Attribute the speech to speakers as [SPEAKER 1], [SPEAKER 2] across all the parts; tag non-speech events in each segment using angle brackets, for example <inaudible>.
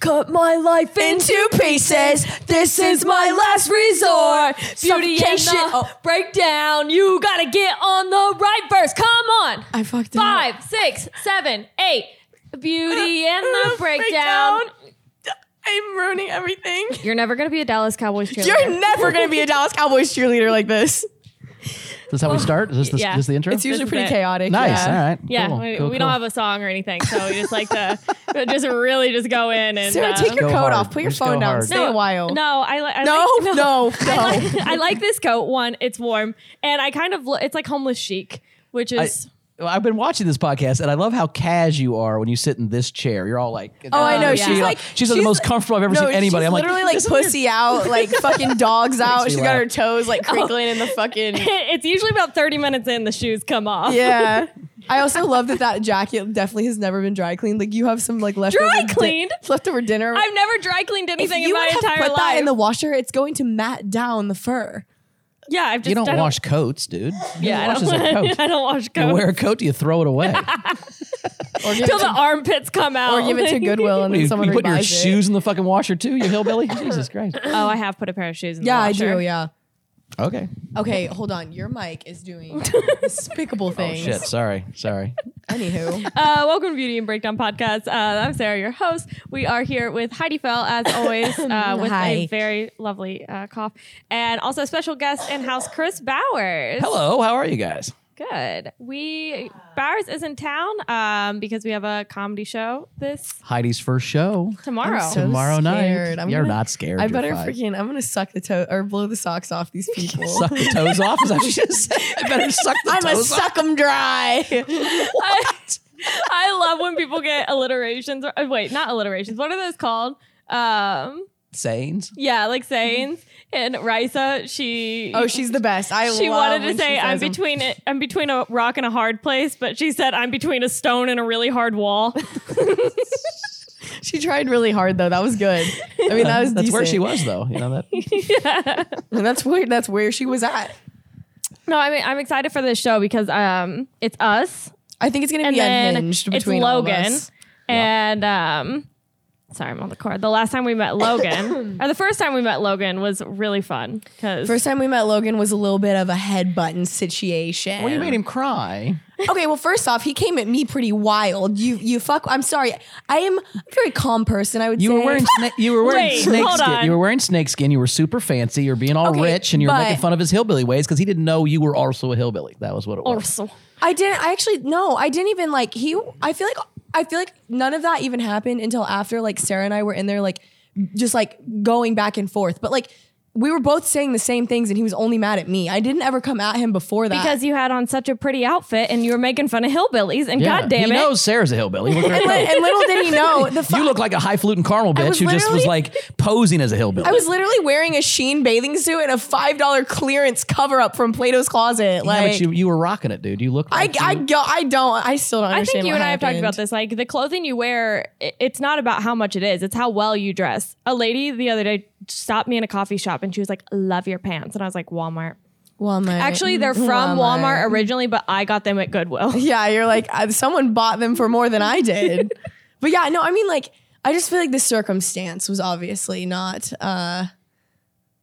[SPEAKER 1] Cut my life into pieces. This is my last resort.
[SPEAKER 2] Beauty and
[SPEAKER 1] Suffocation.
[SPEAKER 2] the
[SPEAKER 1] Oh,
[SPEAKER 2] breakdown. You gotta get on the right verse. Come on.
[SPEAKER 1] I fucked it up.
[SPEAKER 2] Five, six, seven, eight. Beauty and the breakdown.
[SPEAKER 1] Uh, <laughs> Breakdown. I'm ruining <laughs> everything.
[SPEAKER 2] You're never gonna be a Dallas Cowboys cheerleader.
[SPEAKER 1] You're never gonna be a Dallas Cowboys cheerleader like this.
[SPEAKER 3] This how we start? Is this, this,
[SPEAKER 2] Yeah.
[SPEAKER 3] this the intro?
[SPEAKER 1] It's usually
[SPEAKER 2] is
[SPEAKER 1] pretty
[SPEAKER 2] it.
[SPEAKER 1] chaotic.
[SPEAKER 3] nice.
[SPEAKER 1] yeah.
[SPEAKER 3] All right.
[SPEAKER 2] yeah,
[SPEAKER 3] Cool.
[SPEAKER 2] we,
[SPEAKER 3] Cool,
[SPEAKER 2] we
[SPEAKER 3] cool.
[SPEAKER 2] don't have a song or anything, so we just like to <laughs> just really just go in and
[SPEAKER 1] Sarah,
[SPEAKER 2] uh,
[SPEAKER 1] take your
[SPEAKER 3] Go
[SPEAKER 1] coat
[SPEAKER 3] hard.
[SPEAKER 1] off. Put your
[SPEAKER 3] Just
[SPEAKER 1] phone
[SPEAKER 3] go
[SPEAKER 1] down.
[SPEAKER 3] hard.
[SPEAKER 1] Stay a while.
[SPEAKER 2] No, I, li- I
[SPEAKER 1] no, <laughs>
[SPEAKER 2] like,
[SPEAKER 1] no, no.
[SPEAKER 2] <laughs> I like this coat. One, it's warm, and I kind of lo- it's like homeless chic, which is <laughs>
[SPEAKER 3] Well, I've been watching this podcast, and I love how cash you are when you sit in this chair. You're all like,
[SPEAKER 1] Oh, I know. She's
[SPEAKER 3] You know,
[SPEAKER 1] like-
[SPEAKER 3] she's, the
[SPEAKER 1] she's
[SPEAKER 3] most
[SPEAKER 1] like-
[SPEAKER 3] comfortable I've ever seen anybody.
[SPEAKER 1] She's
[SPEAKER 3] I'm like,
[SPEAKER 1] literally like
[SPEAKER 3] this is
[SPEAKER 1] pussy out,
[SPEAKER 3] <laughs>
[SPEAKER 1] like fucking dogs out.
[SPEAKER 3] me
[SPEAKER 1] She's got her
[SPEAKER 3] laugh.
[SPEAKER 1] toes like crinkling in the fucking.
[SPEAKER 2] it's usually about thirty minutes in the shoes come off.
[SPEAKER 1] Yeah. I also love that that jacket definitely has never been dry cleaned. Like you have some like leftover
[SPEAKER 2] Dry
[SPEAKER 1] di-
[SPEAKER 2] cleaned?
[SPEAKER 1] leftover dinner.
[SPEAKER 2] I've never dry cleaned
[SPEAKER 1] if
[SPEAKER 2] anything in
[SPEAKER 1] you
[SPEAKER 2] my
[SPEAKER 1] would have
[SPEAKER 2] entire
[SPEAKER 1] put
[SPEAKER 2] life.
[SPEAKER 1] that in the washer, it's going to mat down the fur.
[SPEAKER 2] yeah, I've just
[SPEAKER 3] You don't,
[SPEAKER 2] I
[SPEAKER 3] wash coats, dude.
[SPEAKER 2] Yeah, I
[SPEAKER 3] Who
[SPEAKER 2] <laughs>
[SPEAKER 3] washes
[SPEAKER 2] don't,
[SPEAKER 3] a coat.
[SPEAKER 2] I don't wash
[SPEAKER 3] You
[SPEAKER 2] coats
[SPEAKER 3] wear a coat, do you throw it away?
[SPEAKER 1] Or give, it
[SPEAKER 2] <laughs> till the
[SPEAKER 1] to,
[SPEAKER 2] armpits come out.
[SPEAKER 1] or give it to Goodwill
[SPEAKER 3] <laughs>
[SPEAKER 1] and
[SPEAKER 3] you,
[SPEAKER 1] then someone
[SPEAKER 3] you put your
[SPEAKER 1] rebuys it.
[SPEAKER 3] shoes in the fucking washer too, you hillbilly? Jesus Christ.
[SPEAKER 2] <laughs> Oh, I have put a pair of shoes in
[SPEAKER 1] Yeah,
[SPEAKER 2] the
[SPEAKER 1] I
[SPEAKER 2] washer.
[SPEAKER 1] do. Yeah.
[SPEAKER 3] Okay.
[SPEAKER 1] Okay, hold on. Your mic is
[SPEAKER 2] <laughs>
[SPEAKER 1] doing despicable
[SPEAKER 3] Oh,
[SPEAKER 1] things.
[SPEAKER 3] shit. Sorry. Sorry.
[SPEAKER 2] <laughs>
[SPEAKER 1] Anywho,
[SPEAKER 2] Uh, welcome to Beauty and Breakdown Podcast. Uh, I'm Sarah, your host. We are here with Heidi Fell, as
[SPEAKER 1] <laughs>
[SPEAKER 2] always, uh, with a
[SPEAKER 1] Hi.
[SPEAKER 2] very lovely uh, cough, and also special guest in house, Chris Bowers.
[SPEAKER 3] Hello. How are you guys?
[SPEAKER 2] Good. We Bowers is in town um, because we have a comedy show this
[SPEAKER 3] Heidi's first show
[SPEAKER 2] tomorrow.
[SPEAKER 1] I'm so-
[SPEAKER 3] tomorrow
[SPEAKER 1] scared.
[SPEAKER 3] night.
[SPEAKER 1] I'm
[SPEAKER 3] You're
[SPEAKER 1] gonna-
[SPEAKER 3] not scared.
[SPEAKER 1] I
[SPEAKER 3] You're
[SPEAKER 1] better
[SPEAKER 3] fine.
[SPEAKER 1] freaking. I'm gonna suck the toe or blow the socks off
[SPEAKER 3] <laughs>
[SPEAKER 1] these people.
[SPEAKER 3] suck the toes off. Is that what you just said? I better suck the
[SPEAKER 1] I'm gonna
[SPEAKER 3] toes off.
[SPEAKER 1] suck them
[SPEAKER 2] <laughs>
[SPEAKER 1] dry.
[SPEAKER 2] I love when people get alliterations. Or, uh, wait, not alliterations. What are those called? Um,
[SPEAKER 3] Sayings.
[SPEAKER 2] yeah, like sayings. And Risa, she
[SPEAKER 1] oh, she's the best. I
[SPEAKER 2] she
[SPEAKER 1] love
[SPEAKER 2] wanted to
[SPEAKER 1] when
[SPEAKER 2] say
[SPEAKER 1] she
[SPEAKER 2] I'm
[SPEAKER 1] says 'em."
[SPEAKER 2] between it, I'm between a rock and a hard place, but she said I'm between a stone and a really hard wall.
[SPEAKER 1] She tried really hard though. That was good. I mean, that was
[SPEAKER 3] <laughs> That's where she
[SPEAKER 1] decent.
[SPEAKER 3] was, though. You know
[SPEAKER 1] <laughs>
[SPEAKER 3] that.
[SPEAKER 1] And that's where that's where she was at.
[SPEAKER 2] <laughs> no, I mean I'm excited for this show because um it's us
[SPEAKER 1] I think it's gonna
[SPEAKER 2] and
[SPEAKER 1] be
[SPEAKER 2] then
[SPEAKER 1] unhinged
[SPEAKER 2] it's
[SPEAKER 1] between all of
[SPEAKER 2] Logan
[SPEAKER 1] us.
[SPEAKER 2] and um sorry I'm on the cord. The last time we met Logan <coughs> or the first time we met Logan was really fun because
[SPEAKER 1] First time we met Logan was a little bit of a head button situation.
[SPEAKER 3] Well, you made him cry.
[SPEAKER 1] Okay, well, first off, he came at me pretty wild. You, you fuck. I'm sorry. I am a very calm person. I would.
[SPEAKER 3] You
[SPEAKER 1] say.
[SPEAKER 3] were wearing sna- you
[SPEAKER 1] <laughs>
[SPEAKER 3] were wearing
[SPEAKER 2] Wait,
[SPEAKER 3] snake
[SPEAKER 2] hold
[SPEAKER 3] skin.
[SPEAKER 2] on.
[SPEAKER 3] You were wearing snake skin. You were super fancy. You're being all
[SPEAKER 1] Okay,
[SPEAKER 3] rich, and you're
[SPEAKER 1] but-
[SPEAKER 3] making fun of his hillbilly ways because he didn't know you were also a hillbilly. That was what
[SPEAKER 1] Oh,
[SPEAKER 3] it was.
[SPEAKER 2] also
[SPEAKER 1] I didn't. I actually no. I didn't even like he. I feel like I feel like none of that even happened until after like Sarah and I were in there like just like going back and forth. But like we were both saying the same things, and he was only mad at me. I didn't ever come at him before that
[SPEAKER 2] because you had on such a pretty outfit and you were making fun of hillbillies and
[SPEAKER 3] Yeah.
[SPEAKER 2] god damn
[SPEAKER 3] he
[SPEAKER 2] it.
[SPEAKER 3] knows Sarah's a
[SPEAKER 1] <laughs>
[SPEAKER 3] hillbilly. Look at her
[SPEAKER 1] And, li-
[SPEAKER 3] coat.
[SPEAKER 1] and little did he know the fu-
[SPEAKER 3] you look like a high and caramel bitch
[SPEAKER 1] was
[SPEAKER 3] who just
[SPEAKER 1] literally-
[SPEAKER 3] was like posing as a hillbilly.
[SPEAKER 1] I was literally wearing a Sheen bathing suit and a five dollar clearance cover up from Plato's Closet.
[SPEAKER 3] Yeah,
[SPEAKER 1] Like
[SPEAKER 3] but you, you were rocking it, dude. You look.
[SPEAKER 1] I,
[SPEAKER 3] Like
[SPEAKER 1] I
[SPEAKER 3] you-
[SPEAKER 1] go. I don't. I still don't
[SPEAKER 2] I
[SPEAKER 1] understand.
[SPEAKER 2] think you
[SPEAKER 1] what
[SPEAKER 2] and I have talked
[SPEAKER 1] happened.
[SPEAKER 2] about this. Like the clothing you wear, i- it's not about how much it is; it's how well you dress. A lady the other day stopped me in a coffee shop, and she was like, "Love your pants," and I was like, "Walmart."
[SPEAKER 1] Walmart.
[SPEAKER 2] Actually, they're
[SPEAKER 1] Mm-hmm.
[SPEAKER 2] from Walmart originally, but I got them at Goodwill. <laughs>
[SPEAKER 1] Yeah, you're like uh, someone bought them for more than I did. but yeah, no, I mean like I just feel like the circumstance was obviously not uh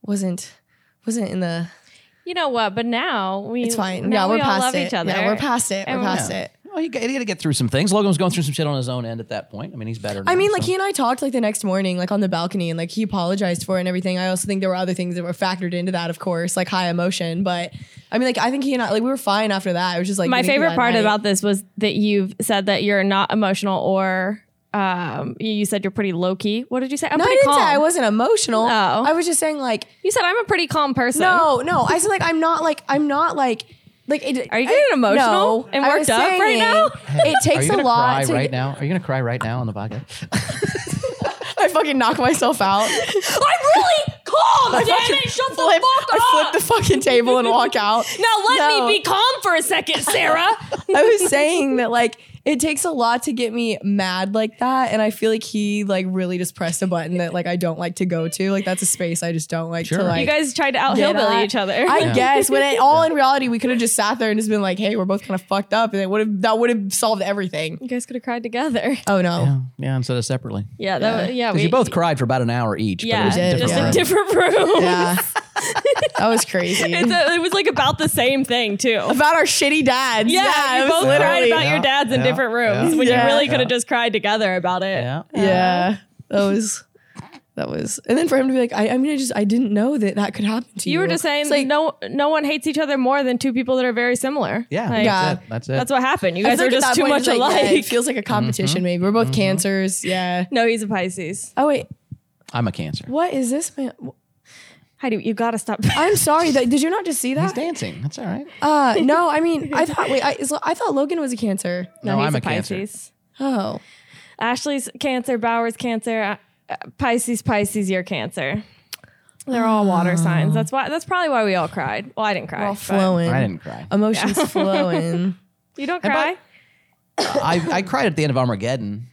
[SPEAKER 1] wasn't wasn't in the
[SPEAKER 2] You know what? But now we
[SPEAKER 1] it's fine.
[SPEAKER 2] Now
[SPEAKER 1] yeah, we're
[SPEAKER 2] we all
[SPEAKER 1] past
[SPEAKER 2] love
[SPEAKER 1] it.
[SPEAKER 2] each other.
[SPEAKER 1] Yeah, we're past it. We're
[SPEAKER 2] And we're-
[SPEAKER 1] past it.
[SPEAKER 3] Well, you got, you got to get through some things. Logan was going through some shit on his own end at that point. I mean, he's better.
[SPEAKER 1] I
[SPEAKER 3] now,
[SPEAKER 1] mean, like
[SPEAKER 3] so.
[SPEAKER 1] he and I talked like the next morning, like on the balcony, and like he apologized for it and everything. I also think there were other things that were factored into that, of course, like high emotion. But I mean, like I think he and I like we were fine after that. It was just like
[SPEAKER 2] My
[SPEAKER 1] getting through
[SPEAKER 2] favorite
[SPEAKER 1] that
[SPEAKER 2] part
[SPEAKER 1] night.
[SPEAKER 2] about this was that you've said that you're not emotional, or um, you- you said you're pretty low key. What did you say? I'm
[SPEAKER 1] no, I
[SPEAKER 2] pretty
[SPEAKER 1] didn't
[SPEAKER 2] calm.
[SPEAKER 1] say I wasn't emotional.
[SPEAKER 2] Oh.
[SPEAKER 1] I was just saying like
[SPEAKER 2] you said I'm a pretty calm person.
[SPEAKER 1] No, no. I said like I'm not like I'm not like like. It,
[SPEAKER 2] Are you getting
[SPEAKER 1] I-
[SPEAKER 2] emotional
[SPEAKER 1] no,
[SPEAKER 2] and
[SPEAKER 1] I
[SPEAKER 2] worked
[SPEAKER 1] was
[SPEAKER 2] up right
[SPEAKER 1] saying
[SPEAKER 2] now?
[SPEAKER 1] It
[SPEAKER 3] Are
[SPEAKER 1] takes
[SPEAKER 3] you
[SPEAKER 1] a
[SPEAKER 3] gonna
[SPEAKER 1] lot.
[SPEAKER 3] cry
[SPEAKER 1] to,
[SPEAKER 3] right now? Are you gonna cry right now on
[SPEAKER 1] <laughs>
[SPEAKER 3] the podcast?
[SPEAKER 1] I fucking knock myself
[SPEAKER 2] <laughs>
[SPEAKER 1] out.
[SPEAKER 2] <laughs> I'm really
[SPEAKER 1] <laughs>
[SPEAKER 2] calm. Damn
[SPEAKER 1] fucking
[SPEAKER 2] it! Shut the
[SPEAKER 1] flip,
[SPEAKER 2] fuck up.
[SPEAKER 1] I flip the fucking table
[SPEAKER 2] <laughs>
[SPEAKER 1] and walk out.
[SPEAKER 2] now let
[SPEAKER 1] No. <laughs>
[SPEAKER 2] me be calm for a second, Sarah.
[SPEAKER 1] I was saying that like it takes a lot to get me mad like that, and I feel like he like really just pressed a button that like I don't like to go to. Like that's a space I just don't like
[SPEAKER 3] Sure.
[SPEAKER 1] to like.
[SPEAKER 2] you guys tried to out
[SPEAKER 1] get
[SPEAKER 2] hillbilly
[SPEAKER 1] at.
[SPEAKER 2] each other.
[SPEAKER 1] I guess when it, all in reality we could have just sat there and just been like, "Hey, we're both kind of fucked up," and it would have that would have solved everything.
[SPEAKER 2] <laughs> you guys could have cried together. <laughs>
[SPEAKER 1] Oh no.
[SPEAKER 3] Yeah, yeah, instead of separately.
[SPEAKER 2] Yeah, that was, yeah.
[SPEAKER 3] Because you both cried for about an hour each.
[SPEAKER 2] Oh, Yeah,
[SPEAKER 3] but it was in
[SPEAKER 2] just in
[SPEAKER 3] different rooms.
[SPEAKER 2] different rooms.
[SPEAKER 1] Yeah. <laughs> that was crazy.
[SPEAKER 2] <laughs> It's a- it was like about the same
[SPEAKER 1] <laughs>
[SPEAKER 2] thing too.
[SPEAKER 1] about our shitty dads.
[SPEAKER 2] Yeah,
[SPEAKER 1] it
[SPEAKER 2] you
[SPEAKER 1] was
[SPEAKER 2] both cried
[SPEAKER 1] literally.
[SPEAKER 2] about
[SPEAKER 3] Yeah,
[SPEAKER 2] your dads in
[SPEAKER 3] yeah,
[SPEAKER 2] different rooms
[SPEAKER 3] yeah.
[SPEAKER 2] when
[SPEAKER 1] Yeah.
[SPEAKER 2] you really could
[SPEAKER 3] Yeah.
[SPEAKER 2] have just cried together about it.
[SPEAKER 3] Yeah.
[SPEAKER 1] yeah, that was that was. And then for him to be like, I, I mean, I just I didn't know that that could happen to you.
[SPEAKER 2] You were just saying
[SPEAKER 1] It's like
[SPEAKER 2] no no one hates each other more than two people that are very similar.
[SPEAKER 3] Yeah.
[SPEAKER 2] Like,
[SPEAKER 1] Yeah.
[SPEAKER 3] That's it. That's it.
[SPEAKER 2] That's what happened. You
[SPEAKER 1] I
[SPEAKER 2] guys
[SPEAKER 1] feel
[SPEAKER 2] are
[SPEAKER 1] like at
[SPEAKER 2] just
[SPEAKER 1] that
[SPEAKER 2] too
[SPEAKER 1] point,
[SPEAKER 2] much
[SPEAKER 1] it's like, yeah, it
[SPEAKER 2] alike.
[SPEAKER 1] feels like a competition.
[SPEAKER 3] Mm-hmm.
[SPEAKER 1] Maybe we're both cancers. Yeah.
[SPEAKER 2] No, he's a Pisces.
[SPEAKER 1] Oh wait,
[SPEAKER 3] I'm a cancer.
[SPEAKER 1] what is this man?
[SPEAKER 2] Heidi, you gotta stop. <laughs>
[SPEAKER 1] I'm sorry. That, did you not just see
[SPEAKER 3] He's
[SPEAKER 1] that?
[SPEAKER 3] dancing. That's all right.
[SPEAKER 1] Uh, no,
[SPEAKER 3] <laughs>
[SPEAKER 1] I mean, I thought wait, I, is- I thought Logan was a cancer.
[SPEAKER 2] no, he's
[SPEAKER 3] I'm a cancer.
[SPEAKER 2] Pisces.
[SPEAKER 1] Oh,
[SPEAKER 2] Ashley's Cancer, Bauer's Cancer, uh, uh, Pisces, Pisces, your Cancer. They're all water signs. That's why. That's probably why we Ah. all cried. Well, I didn't cry.
[SPEAKER 1] all
[SPEAKER 2] but-
[SPEAKER 1] flowing.
[SPEAKER 3] I didn't cry.
[SPEAKER 1] Emotions <laughs> flowing.
[SPEAKER 2] You don't
[SPEAKER 3] And
[SPEAKER 2] cry.
[SPEAKER 3] I, I cried at the end of Armageddon.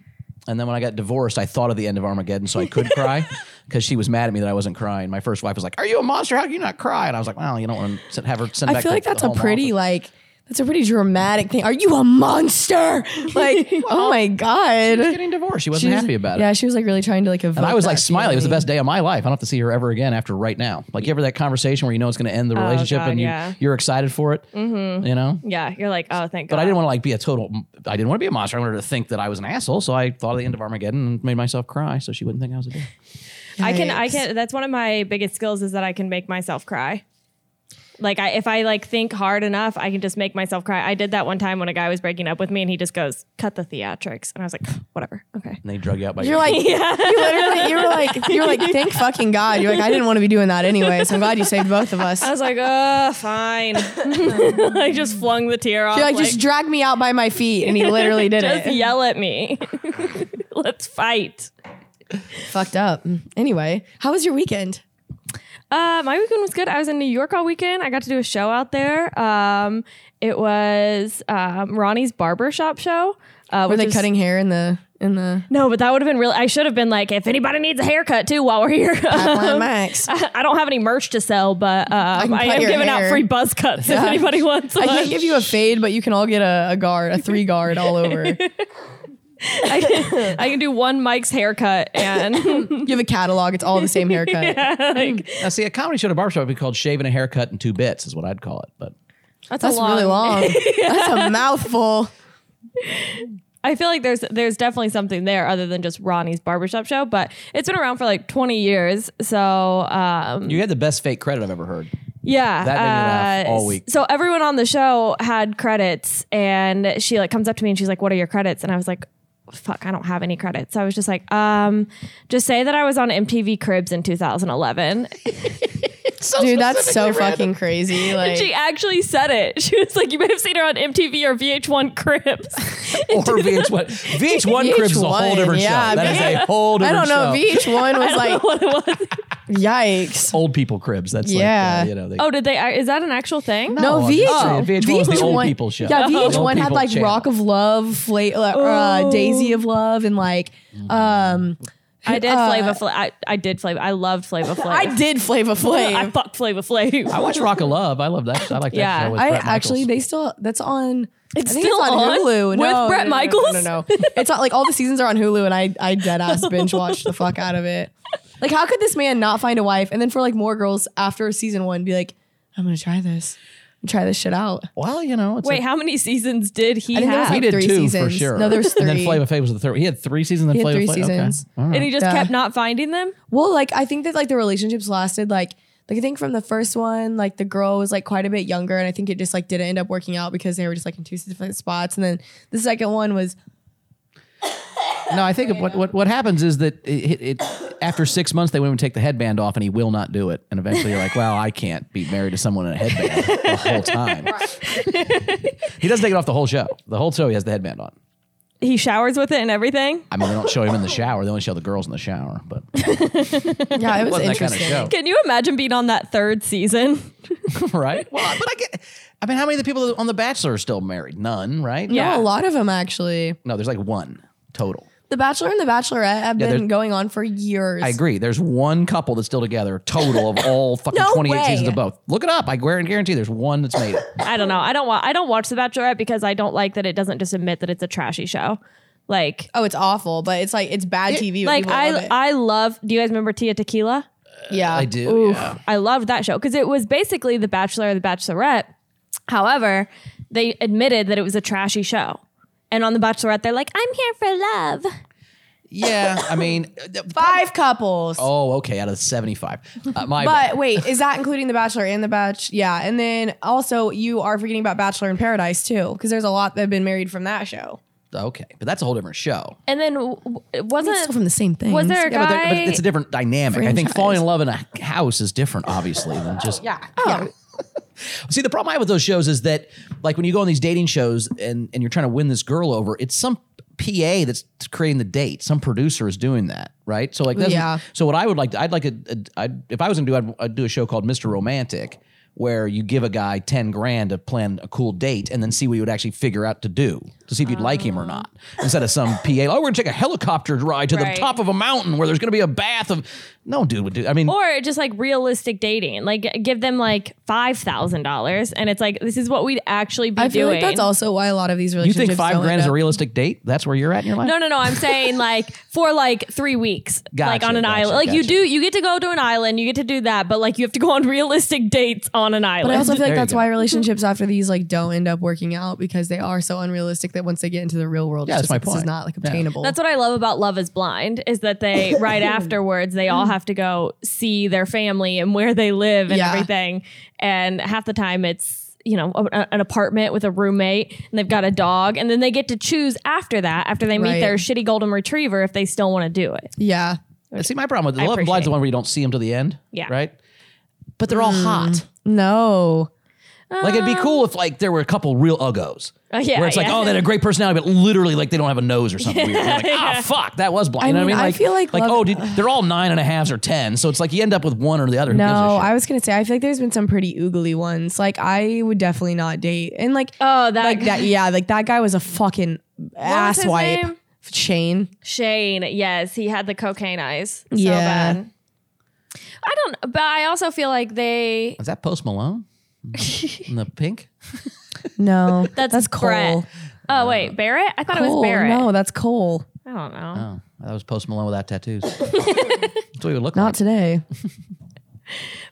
[SPEAKER 3] And then when I got divorced, I thought of the end of Armageddon so I could cry because she was mad at me that I wasn't crying. My first wife was like, Are you a monster? How can you not cry? And I was like, Well, you don't want to have her send back
[SPEAKER 1] I feel
[SPEAKER 3] to
[SPEAKER 1] like
[SPEAKER 3] the
[SPEAKER 1] that's a
[SPEAKER 3] home
[SPEAKER 1] pretty
[SPEAKER 3] office."
[SPEAKER 1] like that's a pretty dramatic thing. Are you a
[SPEAKER 3] <laughs>
[SPEAKER 1] monster? Like, oh my god,
[SPEAKER 3] She was getting divorced. She wasn't
[SPEAKER 1] She was-
[SPEAKER 3] happy about it.
[SPEAKER 1] Yeah, she was like really trying to like avoid.
[SPEAKER 3] And I was like, smiling. It was the best day of my life. I don't have to see her ever again after right now. Like, you ever that conversation where you know it's going to end the relationship
[SPEAKER 2] God,
[SPEAKER 3] and you,
[SPEAKER 2] yeah.
[SPEAKER 3] you're excited for it? You know?
[SPEAKER 2] Yeah, you're like, oh, thank God.
[SPEAKER 3] But I didn't want to like be a total. I didn't want to be a monster. I wanted her to think that I was an asshole. So I thought of the end of Armageddon and made myself cry, so she wouldn't think I was a dick.
[SPEAKER 2] I can. I
[SPEAKER 1] Yikes.
[SPEAKER 2] can. That's one of my biggest skills is that I can make myself cry. Like I, if I like think hard enough, I can just make myself cry. I did that one time when a guy was breaking up with me, and he just goes, "Cut the theatrics," and I was like, "Whatever, okay." <laughs>
[SPEAKER 3] And they drug you out by
[SPEAKER 1] <laughs> You're like, you literally, you were like, you were like, thank fucking god. You're like, I didn't want to be doing that anyway. So I'm glad you saved both of us.
[SPEAKER 2] I was like, "Uh, fine." <laughs> I just flung the tear off.
[SPEAKER 1] You're like, just drag me out by my feet, and he literally did
[SPEAKER 2] just
[SPEAKER 1] it.
[SPEAKER 2] yell at me. <laughs> Let's fight.
[SPEAKER 1] <laughs> Fucked up. Anyway, how was your weekend?
[SPEAKER 2] Uh, my weekend was good. I was in New York all weekend. I got to do a show out there. Um, it was um, Ronnie's barbershop show. Uh,
[SPEAKER 1] Were they cutting hair in the in the
[SPEAKER 2] No, but that would have been real. I should have been like, if anybody needs a haircut too while we're here. <laughs>
[SPEAKER 1] Pipeline
[SPEAKER 3] <laughs>
[SPEAKER 1] Max?
[SPEAKER 2] I I don't have any merch to sell, but um,
[SPEAKER 1] can
[SPEAKER 2] I,
[SPEAKER 1] cut
[SPEAKER 2] am
[SPEAKER 1] your
[SPEAKER 2] giving out
[SPEAKER 1] hair.
[SPEAKER 2] free buzz cuts if anybody wants
[SPEAKER 1] I
[SPEAKER 2] one.
[SPEAKER 1] can't give you a fade, but you can all get a, a guard, a three guard all
[SPEAKER 3] <laughs>
[SPEAKER 1] over. You
[SPEAKER 2] <laughs> I can, I can do one Mike's haircut and <laughs>
[SPEAKER 1] have a catalog; it's all the same haircut.
[SPEAKER 2] like,
[SPEAKER 3] Now, see, a comedy show at a barbershop would be called shaving a haircut in two bits, is what I'd call it. But
[SPEAKER 2] that's,
[SPEAKER 1] <laughs> That's
[SPEAKER 2] a long,
[SPEAKER 1] really long. <laughs> That's a mouthful.
[SPEAKER 2] I feel like there's there's definitely something there other than just Ronnie's barbershop show, but it's been around for like 20 years. So um,
[SPEAKER 3] you had the best fake credit I've
[SPEAKER 1] <laughs>
[SPEAKER 3] ever heard.
[SPEAKER 2] yeah,
[SPEAKER 3] That made me laugh all
[SPEAKER 2] s-
[SPEAKER 3] week.
[SPEAKER 2] So everyone on the show had credits, and she like comes up to me and she's like, "What are your credits?" And I was like. Fuck, I don't have any credits. So I was just like, um, just say that I was on MTV Cribs in 2011.
[SPEAKER 1] Dude, that's so fucking crazy. Like,
[SPEAKER 2] She actually said it. <laughs> She was like, you may have seen her on MTV or VH1 Cribs. <laughs>
[SPEAKER 1] <laughs>
[SPEAKER 3] Or VH1. VH1 Cribs is a whole
[SPEAKER 1] VH1,
[SPEAKER 3] different
[SPEAKER 1] yeah,
[SPEAKER 3] show. That is
[SPEAKER 1] man.
[SPEAKER 3] a whole
[SPEAKER 1] I
[SPEAKER 3] different
[SPEAKER 1] don't know.
[SPEAKER 3] show.
[SPEAKER 1] <laughs> VH1 was like,
[SPEAKER 2] what it was.
[SPEAKER 1] yikes.
[SPEAKER 3] old people cribs. That's
[SPEAKER 1] Yeah.
[SPEAKER 3] like, uh, you know, they,
[SPEAKER 2] Oh, did they? Is that an actual thing?
[SPEAKER 1] No,
[SPEAKER 3] Oh, I'm
[SPEAKER 1] VH,
[SPEAKER 3] just saying, VH1 was the old
[SPEAKER 1] VH1
[SPEAKER 3] people show.
[SPEAKER 1] Yeah,
[SPEAKER 3] The old
[SPEAKER 1] VH1 had
[SPEAKER 3] people
[SPEAKER 1] like
[SPEAKER 3] channel.
[SPEAKER 1] Rock of Love, Fla- uh, uh,
[SPEAKER 2] Oh.
[SPEAKER 1] Daisy of Love, and like, um,
[SPEAKER 2] I did
[SPEAKER 1] Uh,
[SPEAKER 2] Flava Flav. I, I did Flava. I loved Flava
[SPEAKER 1] <laughs>
[SPEAKER 2] Flav.
[SPEAKER 1] I did Flava Flav.
[SPEAKER 2] <laughs> I fucked Flava
[SPEAKER 1] <laughs>
[SPEAKER 2] Flav.
[SPEAKER 3] I watched Rock of Love. I love that. show. I like that
[SPEAKER 2] Yeah.
[SPEAKER 3] show. With
[SPEAKER 1] I
[SPEAKER 3] Bret Michaels.
[SPEAKER 1] actually, they still that's on.
[SPEAKER 2] It's
[SPEAKER 1] I think
[SPEAKER 2] still
[SPEAKER 1] it's on,
[SPEAKER 2] on?
[SPEAKER 1] Hulu
[SPEAKER 2] With
[SPEAKER 1] No, no,
[SPEAKER 2] Bret
[SPEAKER 1] no, no,
[SPEAKER 2] Michaels?
[SPEAKER 1] No, no, no. <laughs> it's not like all the seasons are on Hulu, and I I dead ass binge watched the fuck out of it. Like, how could this man not find a wife? And then for like more girls after season one, be like, I'm gonna try this, try this shit out.
[SPEAKER 3] Well, you know, it's
[SPEAKER 2] Wait,
[SPEAKER 3] a,
[SPEAKER 2] how many seasons did he
[SPEAKER 1] I think there was
[SPEAKER 2] have?
[SPEAKER 3] he did
[SPEAKER 1] Three
[SPEAKER 3] two for
[SPEAKER 1] seasons.
[SPEAKER 3] sure.
[SPEAKER 1] No, there was
[SPEAKER 3] And then
[SPEAKER 1] three.
[SPEAKER 3] Flava Fave was the third. He had three seasons. Then
[SPEAKER 1] He had
[SPEAKER 3] Flava
[SPEAKER 1] three
[SPEAKER 3] Flav? Okay.
[SPEAKER 1] seasons.
[SPEAKER 3] All right.
[SPEAKER 2] and he just
[SPEAKER 1] Yeah.
[SPEAKER 2] kept not finding them.
[SPEAKER 1] Well, like I think that like the relationships lasted like like I think from the first one, like the girl was like quite a bit younger, and I think it just like didn't end up working out because they were just like in two different spots. And then the second one was
[SPEAKER 3] No, I think what, what what happens is that it, it, it after six months they women take the headband off and he will not do it, and eventually you're like, well, I can't be married to someone in a headband the whole time. <laughs> he doesn't take it off the whole show. The whole show he has the headband on.
[SPEAKER 2] He showers with it and everything.
[SPEAKER 3] I mean, they don't show him in the shower. They only show the girls in the shower. But <laughs>
[SPEAKER 1] yeah, it was
[SPEAKER 3] wasn't that kind of
[SPEAKER 1] interesting.
[SPEAKER 3] show.
[SPEAKER 2] Can you imagine being on that third season?
[SPEAKER 3] right? Well, but I get. I mean, how many of the people on The Bachelor are still married? None, right?
[SPEAKER 2] Yeah.
[SPEAKER 1] No, a lot of them actually.
[SPEAKER 3] No, there's like one total.
[SPEAKER 1] The Bachelor and The Bachelorette have been
[SPEAKER 3] Yeah, there's-
[SPEAKER 1] going on for years.
[SPEAKER 3] I agree. There's one couple that's still together total of all fucking
[SPEAKER 1] No
[SPEAKER 3] 28
[SPEAKER 1] way.
[SPEAKER 3] seasons of both. Look it up. I guar- guarantee there's one that's made it.
[SPEAKER 2] I don't know. I don't wa- I don't watch The Bachelorette because I don't like that it doesn't just admit that it's a trashy show. Like
[SPEAKER 1] oh, it's awful, but it's like it's bad TV. but
[SPEAKER 2] like
[SPEAKER 1] people
[SPEAKER 2] I
[SPEAKER 1] love it.
[SPEAKER 2] I love. Do you guys remember Tia Tequila?
[SPEAKER 1] yeah,
[SPEAKER 3] I do. yeah.
[SPEAKER 2] I loved that show because it was basically The Bachelor or The Bachelorette. However, they admitted that it was a trashy show. And on The Bachelorette, they're like, I'm here for love.
[SPEAKER 3] Yeah.
[SPEAKER 1] <laughs>
[SPEAKER 3] I mean, uh,
[SPEAKER 1] Five couples.
[SPEAKER 3] oh, okay. Out of 75. Uh, my bad.
[SPEAKER 1] But wait, is
[SPEAKER 3] <laughs>
[SPEAKER 1] that including The Bachelor and The Batch? Yeah, and then also you are forgetting about Bachelor in Paradise too, because there's a lot that have been married from that show.
[SPEAKER 3] Uh, Okay. But that's a whole different show.
[SPEAKER 2] And then w- w- it wasn't
[SPEAKER 1] the same thing.
[SPEAKER 2] was there a
[SPEAKER 3] Yeah, but, they're-
[SPEAKER 2] guy?
[SPEAKER 3] but it's a different dynamic. I think
[SPEAKER 1] Franchise.
[SPEAKER 3] falling in love in a house is different, obviously, than just.
[SPEAKER 1] Yeah. yeah.
[SPEAKER 3] See, the problem I have with those shows is that, like, when you go on these dating shows and, and you're trying to win this girl over, it's some PA that's creating the date. Some producer is doing that, right? So, like, that's-
[SPEAKER 1] Yeah.
[SPEAKER 3] So, what I would like, to, I'd like a, a I'd, if I was gonna do, I'd, I'd do a show called Mr. Romantic, where you give a guy ten grand to plan a cool date and then see what he would actually figure out to do to see if you'd like him or not, instead of some PA. Oh, we're gonna take a helicopter ride to
[SPEAKER 2] Right.
[SPEAKER 3] the top of a mountain where there's gonna be a bath of. No, dude would do. I mean,
[SPEAKER 2] or just like realistic dating. Like give them like five thousand dollars and it's like this is what we'd actually be
[SPEAKER 1] I feel
[SPEAKER 2] doing.
[SPEAKER 1] like that's also why a lot of these
[SPEAKER 3] you
[SPEAKER 1] relationships.
[SPEAKER 3] think five
[SPEAKER 1] don't
[SPEAKER 3] grand
[SPEAKER 1] end
[SPEAKER 3] is a
[SPEAKER 1] up-
[SPEAKER 3] realistic date? That's where you're at in your life.
[SPEAKER 2] no, no, no. I'm saying like for like three weeks, like
[SPEAKER 3] Gotcha,
[SPEAKER 2] on an
[SPEAKER 3] gotcha,
[SPEAKER 2] island. Like you
[SPEAKER 3] gotcha.
[SPEAKER 2] do, you get to go to an island, you get to do that, but like you have to go on realistic dates on an island.
[SPEAKER 1] But I also feel
[SPEAKER 3] There
[SPEAKER 1] like
[SPEAKER 3] you
[SPEAKER 1] that's
[SPEAKER 3] go.
[SPEAKER 1] why relationships after these like don't end up working out because they are so unrealistic that once they get into the real world,
[SPEAKER 3] Yeah,
[SPEAKER 1] it's
[SPEAKER 3] that's my
[SPEAKER 1] just like, This is
[SPEAKER 3] point.
[SPEAKER 1] not like
[SPEAKER 3] Yeah.
[SPEAKER 1] obtainable.
[SPEAKER 2] That's what I love about Love is Blind is that they
[SPEAKER 1] <laughs>
[SPEAKER 2] right afterwards they all have to go see their family and where they live and
[SPEAKER 1] Yeah.
[SPEAKER 2] everything. And half the time it's you know a- a- an apartment with a roommate and they've got a dog and then they get to choose after that after they meet
[SPEAKER 1] Right.
[SPEAKER 2] their shitty golden retriever if they still want to do it. <laughs>
[SPEAKER 1] yeah.
[SPEAKER 3] See, my problem with
[SPEAKER 2] I
[SPEAKER 3] the Love and
[SPEAKER 2] appreciate
[SPEAKER 3] Blind's the one where you don't see them to the end.
[SPEAKER 2] Yeah.
[SPEAKER 3] Right. But they're all hot.
[SPEAKER 1] No.
[SPEAKER 3] Like it'd be cool if like there were a couple real uggos.
[SPEAKER 2] Oh, yeah,
[SPEAKER 3] Where it's like,
[SPEAKER 2] yeah.
[SPEAKER 3] oh, they had a great personality, but literally like they don't have a nose or something weird. You're like, ah, fuck, that was blind. you know what
[SPEAKER 1] mean,
[SPEAKER 3] I mean?
[SPEAKER 1] I
[SPEAKER 3] Like,
[SPEAKER 1] feel like Love-
[SPEAKER 3] oh, dude, they're all nine and a halves or ten. So it's like you end up with one or the other. Who gives a
[SPEAKER 1] No,
[SPEAKER 3] shit?
[SPEAKER 1] I was gonna say I feel like there's been some pretty oogly ones. Like I would definitely not date, and like
[SPEAKER 2] <laughs> Oh, that
[SPEAKER 1] like that. Yeah, like that guy was a fucking
[SPEAKER 2] was his
[SPEAKER 1] asswipe.
[SPEAKER 2] name?
[SPEAKER 1] Shane.
[SPEAKER 2] Shane, yes, he had the cocaine eyes. So
[SPEAKER 1] Yeah.
[SPEAKER 2] bad. I don't, but I also feel like they.
[SPEAKER 3] Is that Post Malone? In the pink?
[SPEAKER 1] No,
[SPEAKER 2] That's,
[SPEAKER 1] that's
[SPEAKER 2] Brett.
[SPEAKER 1] Cole.
[SPEAKER 2] Oh wait, Barrett. I thought it
[SPEAKER 1] Cole,
[SPEAKER 2] was Barrett.
[SPEAKER 1] Oh, No, that's Cole.
[SPEAKER 2] I don't know.
[SPEAKER 3] Oh, that was Post Malone without tattoos. That's what he would look
[SPEAKER 1] Not today.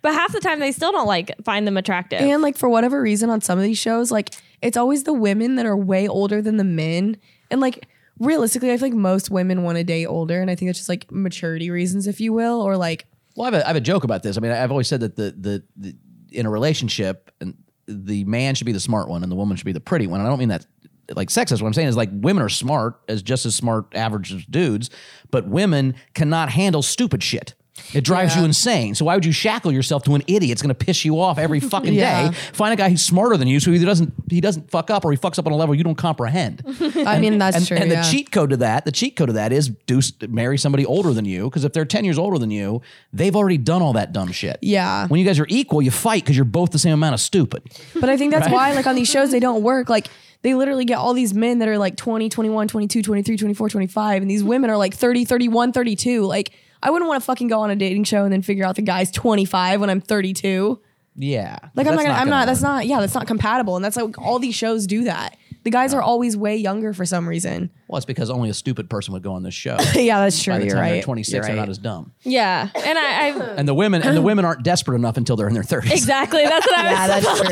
[SPEAKER 2] But half the time they still don't like find them attractive.
[SPEAKER 1] And like for whatever reason on some of these shows, like it's always the women that are way older than the men. And like realistically, I feel like most women want to date older. And I think that's just like maturity reasons, if you will, or like
[SPEAKER 3] Well, I have, a, I have a joke about this. I mean, I've always said that the the, the in a relationship, and the man should be the smart one, and the woman should be the pretty one. And I don't mean that like sexist. What I'm saying is like women are smart as just as smart average as dudes, but women cannot handle stupid shit. It drives you insane. So why would you shackle yourself to an idiot? It's going to piss you off every fucking
[SPEAKER 1] Yeah.
[SPEAKER 3] day. Find a guy who's smarter than you, so he doesn't he doesn't fuck up, or he fucks up on a level you don't comprehend.
[SPEAKER 1] I mean that's
[SPEAKER 3] and,
[SPEAKER 1] true.
[SPEAKER 3] and
[SPEAKER 1] yeah.
[SPEAKER 3] the cheat code to that, the cheat code to that is do s- marry somebody older than you because if they're 10 years older than you, they've already done all that dumb shit.
[SPEAKER 1] Yeah.
[SPEAKER 3] When you guys are equal, you fight because you're both the same amount of stupid.
[SPEAKER 1] But I think that's why like on these shows they don't work. Like they literally get all these men that are like 20, 21, 22, 23, 24, 25 and these women are like 30, 31, 32. Like I wouldn't want to fucking go on a dating show and then figure out the guy's 25 when I'm 32.
[SPEAKER 3] Yeah.
[SPEAKER 1] Like I'm not
[SPEAKER 3] That's
[SPEAKER 1] gonna, I'm not.
[SPEAKER 3] gonna
[SPEAKER 1] That's
[SPEAKER 3] work.
[SPEAKER 1] not. Yeah, that's not compatible. And that's like all these shows do that. The guys are always way younger for some reason.
[SPEAKER 3] Well, it's because only a stupid person would go on
[SPEAKER 1] <laughs>
[SPEAKER 3] this show.
[SPEAKER 1] yeah, that's true.
[SPEAKER 3] By the
[SPEAKER 1] You're
[SPEAKER 3] time
[SPEAKER 1] right.
[SPEAKER 3] they're 26,
[SPEAKER 1] You're
[SPEAKER 3] they're
[SPEAKER 1] right.
[SPEAKER 3] not as dumb.
[SPEAKER 2] yeah, and I, I
[SPEAKER 3] And the women and the women aren't desperate enough until they're in their
[SPEAKER 1] <laughs>
[SPEAKER 3] 30s.
[SPEAKER 2] exactly that's what I
[SPEAKER 1] yeah, <laughs>
[SPEAKER 2] was.
[SPEAKER 1] that's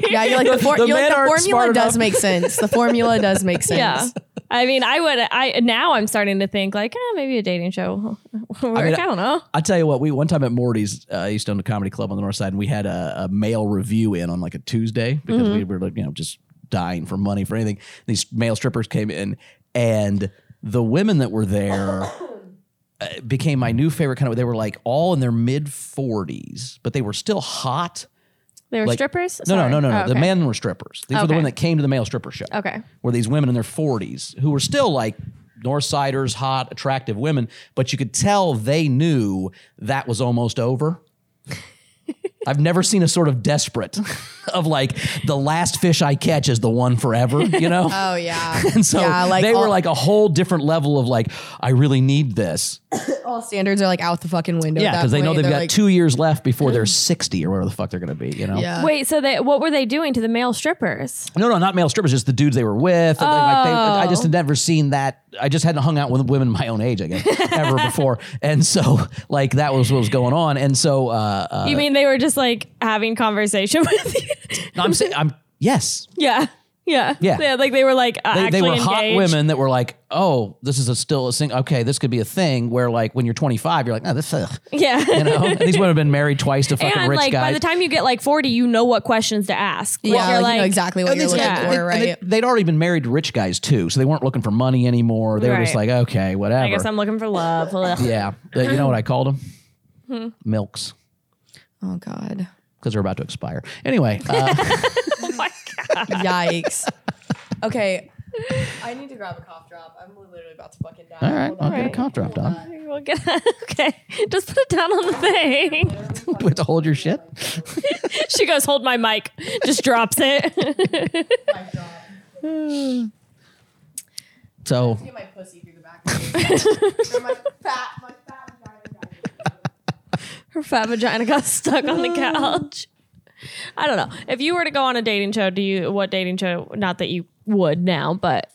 [SPEAKER 1] true. yeah, you're like the, for,
[SPEAKER 3] The
[SPEAKER 1] you're like,
[SPEAKER 3] men
[SPEAKER 1] the
[SPEAKER 3] aren't
[SPEAKER 1] formula
[SPEAKER 3] smart
[SPEAKER 1] does
[SPEAKER 3] enough.
[SPEAKER 1] make sense. The formula does <laughs> make sense.
[SPEAKER 2] <laughs> Yeah, I mean, I would. I now I'm starting to think like eh, maybe a dating show. Will work. I,
[SPEAKER 3] mean,
[SPEAKER 2] don't know.
[SPEAKER 3] I tell you what, we one time at Morty's, uh, I used to own a comedy club on the north side, and we had a, a male review in on like a Tuesday because we were like, you know, just dying for money for anything. These male strippers came in, and the women that were there uh, became my new favorite kind of. They were like all in their mid 40s, but they were still hot.
[SPEAKER 2] They were
[SPEAKER 3] Like-
[SPEAKER 2] strippers.
[SPEAKER 3] No, no,
[SPEAKER 2] Sorry.
[SPEAKER 3] no, no, no.
[SPEAKER 2] Oh,
[SPEAKER 3] The
[SPEAKER 2] okay.
[SPEAKER 3] men were strippers. These were the
[SPEAKER 2] Okay.
[SPEAKER 3] women that came to the male stripper show.
[SPEAKER 2] Okay.
[SPEAKER 3] Were these women in their 40s who were still like Northsiders, hot,
[SPEAKER 1] <laughs>
[SPEAKER 3] attractive women, but you could tell they knew that was almost over. I've never seen a sort of desperate <laughs> of like the last fish I catch is the one forever, you know?
[SPEAKER 1] <laughs> Oh yeah.
[SPEAKER 3] and so
[SPEAKER 1] yeah, like
[SPEAKER 3] they
[SPEAKER 1] all,
[SPEAKER 3] were like a whole different level of like, I really need this.
[SPEAKER 1] all standards are like out the fucking window.
[SPEAKER 3] Yeah,
[SPEAKER 1] at that
[SPEAKER 3] because they know
[SPEAKER 1] point.
[SPEAKER 3] they've
[SPEAKER 1] They're
[SPEAKER 3] got
[SPEAKER 1] like,
[SPEAKER 3] two years left
[SPEAKER 1] <clears throat>
[SPEAKER 3] before they're 60 or whatever the fuck they're going to be, you know?
[SPEAKER 1] Yeah.
[SPEAKER 2] Wait, so they, what were they doing to the male strippers?
[SPEAKER 3] No, no, not male strippers, just the dudes they were with. and, like, like, they- I just
[SPEAKER 2] Oh.
[SPEAKER 3] had never seen that. I just hadn't hung out with women my own age, I
[SPEAKER 2] <laughs>
[SPEAKER 3] guess, ever before. And so, like, that was what was going on. And so, uh, uh,
[SPEAKER 2] you mean they were just like having conversation <laughs> with you?
[SPEAKER 3] no, I'm saying, I'm, yes.
[SPEAKER 2] yeah. Yeah.
[SPEAKER 3] Yeah.
[SPEAKER 2] Like they were like uh,
[SPEAKER 3] They,
[SPEAKER 2] actually
[SPEAKER 3] they were
[SPEAKER 2] engaged.
[SPEAKER 3] hot women that were like, oh, this is a still a thing. Okay, this could be a thing where, like, when you're 25, you're like, no, this, ugh.
[SPEAKER 2] Yeah.
[SPEAKER 3] You know? and these women have been married twice to fucking
[SPEAKER 2] <laughs> and
[SPEAKER 3] rich
[SPEAKER 2] like by
[SPEAKER 3] guys.
[SPEAKER 2] the time you get like 40, you know what questions to ask. Like,
[SPEAKER 1] yeah,
[SPEAKER 2] you're
[SPEAKER 1] like, you know exactly what
[SPEAKER 3] And
[SPEAKER 1] you're
[SPEAKER 3] they-
[SPEAKER 1] looking
[SPEAKER 2] yeah.
[SPEAKER 1] for,
[SPEAKER 3] and
[SPEAKER 1] right?
[SPEAKER 3] They, would already been married to rich guys too, so they weren't looking for money anymore. They were just
[SPEAKER 2] Right.
[SPEAKER 3] like, okay, whatever.
[SPEAKER 2] I guess I'm looking for love.
[SPEAKER 3] <laughs>
[SPEAKER 2] Ugh.
[SPEAKER 3] yeah, Uh, you know what I called them? Milks,
[SPEAKER 1] oh god.
[SPEAKER 3] because they're about to expire. Anyway, uh, <laughs>
[SPEAKER 2] Oh my
[SPEAKER 1] <laughs>
[SPEAKER 2] God.
[SPEAKER 1] Yikes. okay. I need to grab a cough drop. I'm literally about to fucking die.
[SPEAKER 3] all right, I'll get a
[SPEAKER 2] Right.
[SPEAKER 3] cough drop on.
[SPEAKER 2] We'll get- <laughs> okay. Just put it down on the thing. <laughs>
[SPEAKER 3] <laughs> Wait to hold your shit.
[SPEAKER 2] She goes, hold my mic. Just drops it. <laughs>
[SPEAKER 3] So
[SPEAKER 1] Get my pussy through the <laughs> back. my fat, my fat
[SPEAKER 2] Her fat vagina got stuck on
[SPEAKER 3] <laughs>
[SPEAKER 2] the couch. I don't know. If you were to go on a dating show, do you what dating show? Not that you would now, but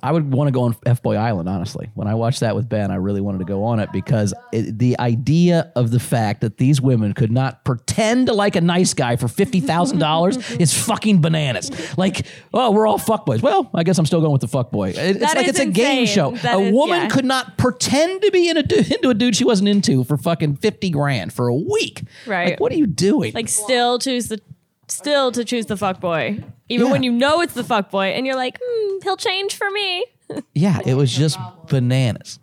[SPEAKER 3] I would want to go on F Boy Island. Honestly, when I watched that with Ben, I really wanted to go on it because it, the idea of the fact that these women could not pretend to like a nice guy for fifty thousand dollars
[SPEAKER 2] <laughs>
[SPEAKER 3] is fucking bananas. Like, oh, we're all fuckboys. Well, I guess I'm still going with the fuckboy. It, it's
[SPEAKER 2] That
[SPEAKER 3] like
[SPEAKER 2] is
[SPEAKER 3] it's a game
[SPEAKER 2] insane.
[SPEAKER 3] show.
[SPEAKER 2] That
[SPEAKER 3] a
[SPEAKER 2] is-
[SPEAKER 3] woman
[SPEAKER 2] yeah.
[SPEAKER 3] could not pretend to be in a du- into a dude she wasn't into for fucking fifty grand for a week.
[SPEAKER 2] Right.
[SPEAKER 3] Like, what are you doing?
[SPEAKER 2] like still choose the still to choose the fuck boy, even
[SPEAKER 3] Yeah.
[SPEAKER 2] when you know it's the fuck boy, and you're like, hmm, he'll change for me.
[SPEAKER 3] yeah, it was just bananas.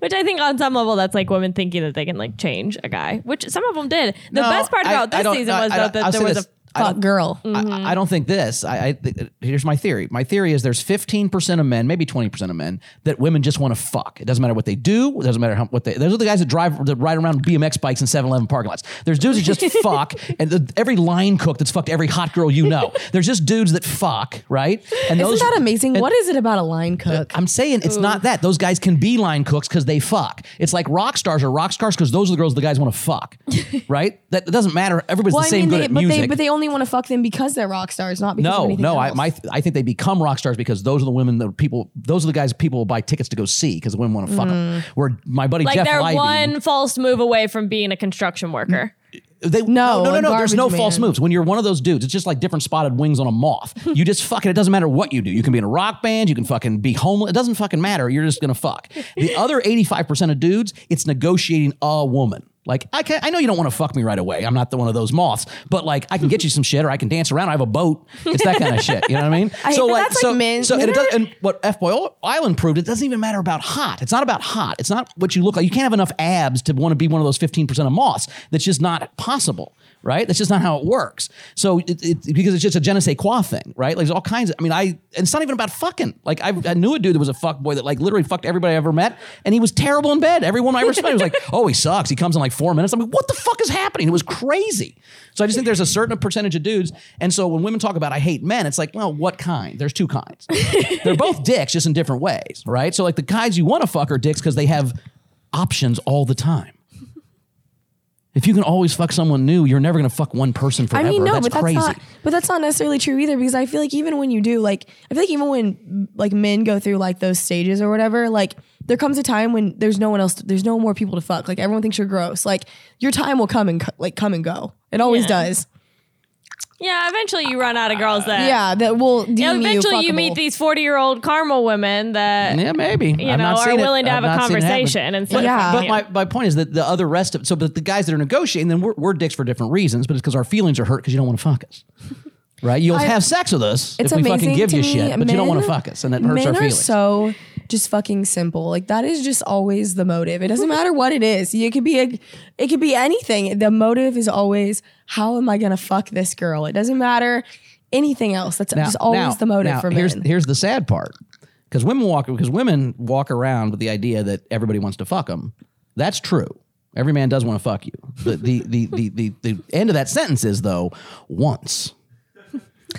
[SPEAKER 2] Which I think on some level that's like women thinking that they can like change a guy, which some of them did. The
[SPEAKER 3] No,
[SPEAKER 2] best part
[SPEAKER 3] I-
[SPEAKER 2] about
[SPEAKER 3] I
[SPEAKER 2] this
[SPEAKER 3] don't-
[SPEAKER 2] season
[SPEAKER 3] I-
[SPEAKER 2] was though
[SPEAKER 3] I don't- I'll
[SPEAKER 2] that there
[SPEAKER 3] say
[SPEAKER 2] was
[SPEAKER 3] this.
[SPEAKER 2] a fuck
[SPEAKER 1] girl.
[SPEAKER 3] I, I don't think this. I, I th- here's my theory. My theory is there's 15 percent of men, maybe 20 percent of men, that women just want to fuck. It doesn't matter what they do. It doesn't matter how what they. Those are the guys that drive that ride around BMX bikes in 7-Eleven parking lots. There's dudes that
[SPEAKER 1] <laughs>
[SPEAKER 3] just fuck, and the, every line cook that's fucked every hot girl you know. There's just dudes that fuck, right? And
[SPEAKER 1] Isn't that amazing? what is it about a line cook?
[SPEAKER 3] I'm saying it's not that. Those guys can be line cooks because they fuck. It's like rock stars are rock stars because those are the girls the guys want
[SPEAKER 1] <laughs>
[SPEAKER 3] to fuck, right? That doesn't matter. Everybody's the same good
[SPEAKER 1] they,
[SPEAKER 3] at
[SPEAKER 1] but
[SPEAKER 3] music.
[SPEAKER 1] they but they only want to fuck them because they're rock stars, not because of
[SPEAKER 3] No,
[SPEAKER 1] anything
[SPEAKER 3] no.
[SPEAKER 1] Else.
[SPEAKER 3] I, my, I think they become rock stars because those are the women that people, those are the guys people will buy tickets to go see because the women want to fuck them.
[SPEAKER 1] Mm.
[SPEAKER 3] Where my buddy
[SPEAKER 2] like
[SPEAKER 3] Jeff
[SPEAKER 2] they're
[SPEAKER 3] Leiby,
[SPEAKER 2] one false move away from being a construction worker.
[SPEAKER 3] they,
[SPEAKER 1] No,
[SPEAKER 3] no, no,
[SPEAKER 1] a
[SPEAKER 3] no. There's
[SPEAKER 1] garbage
[SPEAKER 3] no false
[SPEAKER 1] man.
[SPEAKER 3] moves. When you're one of those dudes, it's just like different spotted wings on
[SPEAKER 1] <laughs>
[SPEAKER 3] a moth. You just fucking. It doesn't matter what you do. You can be in a rock band. You can fucking be homeless. It doesn't fucking matter. You're just gonna fuck.
[SPEAKER 1] <laughs>
[SPEAKER 3] The other 85 percent of dudes, it's negotiating a woman. Like I can I know you don't want to fuck me right away. I'm not the one of those moths, but like I can get you some shit, or I can dance around. I have a boat. It's that kind of shit. You
[SPEAKER 1] <laughs>
[SPEAKER 3] know what I mean?
[SPEAKER 1] but that's
[SPEAKER 3] so,
[SPEAKER 1] like men-
[SPEAKER 3] so and,
[SPEAKER 1] men
[SPEAKER 3] it does, and what F Boy Island proved, it doesn't even matter about hot. It's not about hot. It's not what you look like. You can't have enough abs to want to be one of those 15% of moths. That's just not possible, right? That's just not how it works. So, it, it, because it's just a je ne sais quoi thing, right? Like, there's all kinds of, I mean, I, and it's not even about fucking. Like, I, I knew a dude that was a fuck boy that, like, literally fucked everybody I ever met, and he was terrible in bed. Everyone I ever met
[SPEAKER 1] <laughs>
[SPEAKER 3] was like, oh, he sucks. He comes in like four minutes. I'm like, what the fuck is happening? It was crazy. So I just think there's a certain percentage of dudes. And so when women talk about I hate men, it's like, well, what kind? There's two kinds.
[SPEAKER 1] <laughs>
[SPEAKER 3] They're both dicks, just in different ways, right? So like the guys you want to fuck are dicks because they have options all the time. If you can always fuck someone new, you're never gonna fuck one person
[SPEAKER 1] I
[SPEAKER 3] forever.
[SPEAKER 1] mean, no,
[SPEAKER 3] that's
[SPEAKER 1] but that's
[SPEAKER 3] crazy.
[SPEAKER 1] not. But that's not necessarily true either, because I feel like even when you do, like, I feel like even when like men go through like those stages or whatever, like, there comes a time when there's no one else, there's no more people to fuck. Like everyone thinks you're gross. Like your time will come and co- like come and go. It always
[SPEAKER 2] Yeah.
[SPEAKER 1] does.
[SPEAKER 2] Yeah, eventually you run out of girls that
[SPEAKER 1] Yeah, that will. Deem
[SPEAKER 2] Yeah, eventually you,
[SPEAKER 1] fuckable.
[SPEAKER 2] meet these 40 year old Carmel women that
[SPEAKER 3] yeah, maybe.
[SPEAKER 2] you know are willing to have a conversation and
[SPEAKER 1] But- Yeah.
[SPEAKER 3] But my, my point is that the other rest of so but the guys that are negotiating, then we're, we're dicks for different reasons, but it's because our feelings are hurt because you don't want to fuck us. Right? You'll have sex with us if
[SPEAKER 1] It's
[SPEAKER 3] we
[SPEAKER 1] amazing
[SPEAKER 3] fucking give
[SPEAKER 1] to
[SPEAKER 3] you
[SPEAKER 1] me,
[SPEAKER 3] shit, but you don't
[SPEAKER 1] men-
[SPEAKER 3] want to fuck us, and that hurts
[SPEAKER 1] men
[SPEAKER 3] our
[SPEAKER 1] are
[SPEAKER 3] feelings.
[SPEAKER 1] so just fucking simple. Like that is just always the motive. It doesn't matter what it is. It could be a, it could be anything. The motive is always how am I gonna fuck this girl? It doesn't matter anything else. That's just always the motive
[SPEAKER 3] now,
[SPEAKER 1] for
[SPEAKER 3] here's,
[SPEAKER 1] men.
[SPEAKER 3] Here's the sad part, because women walk because women walk around with the idea that everybody wants to fuck them. That's true. Every man does want to fuck you. The the, the, the, the the end of that sentence is though once.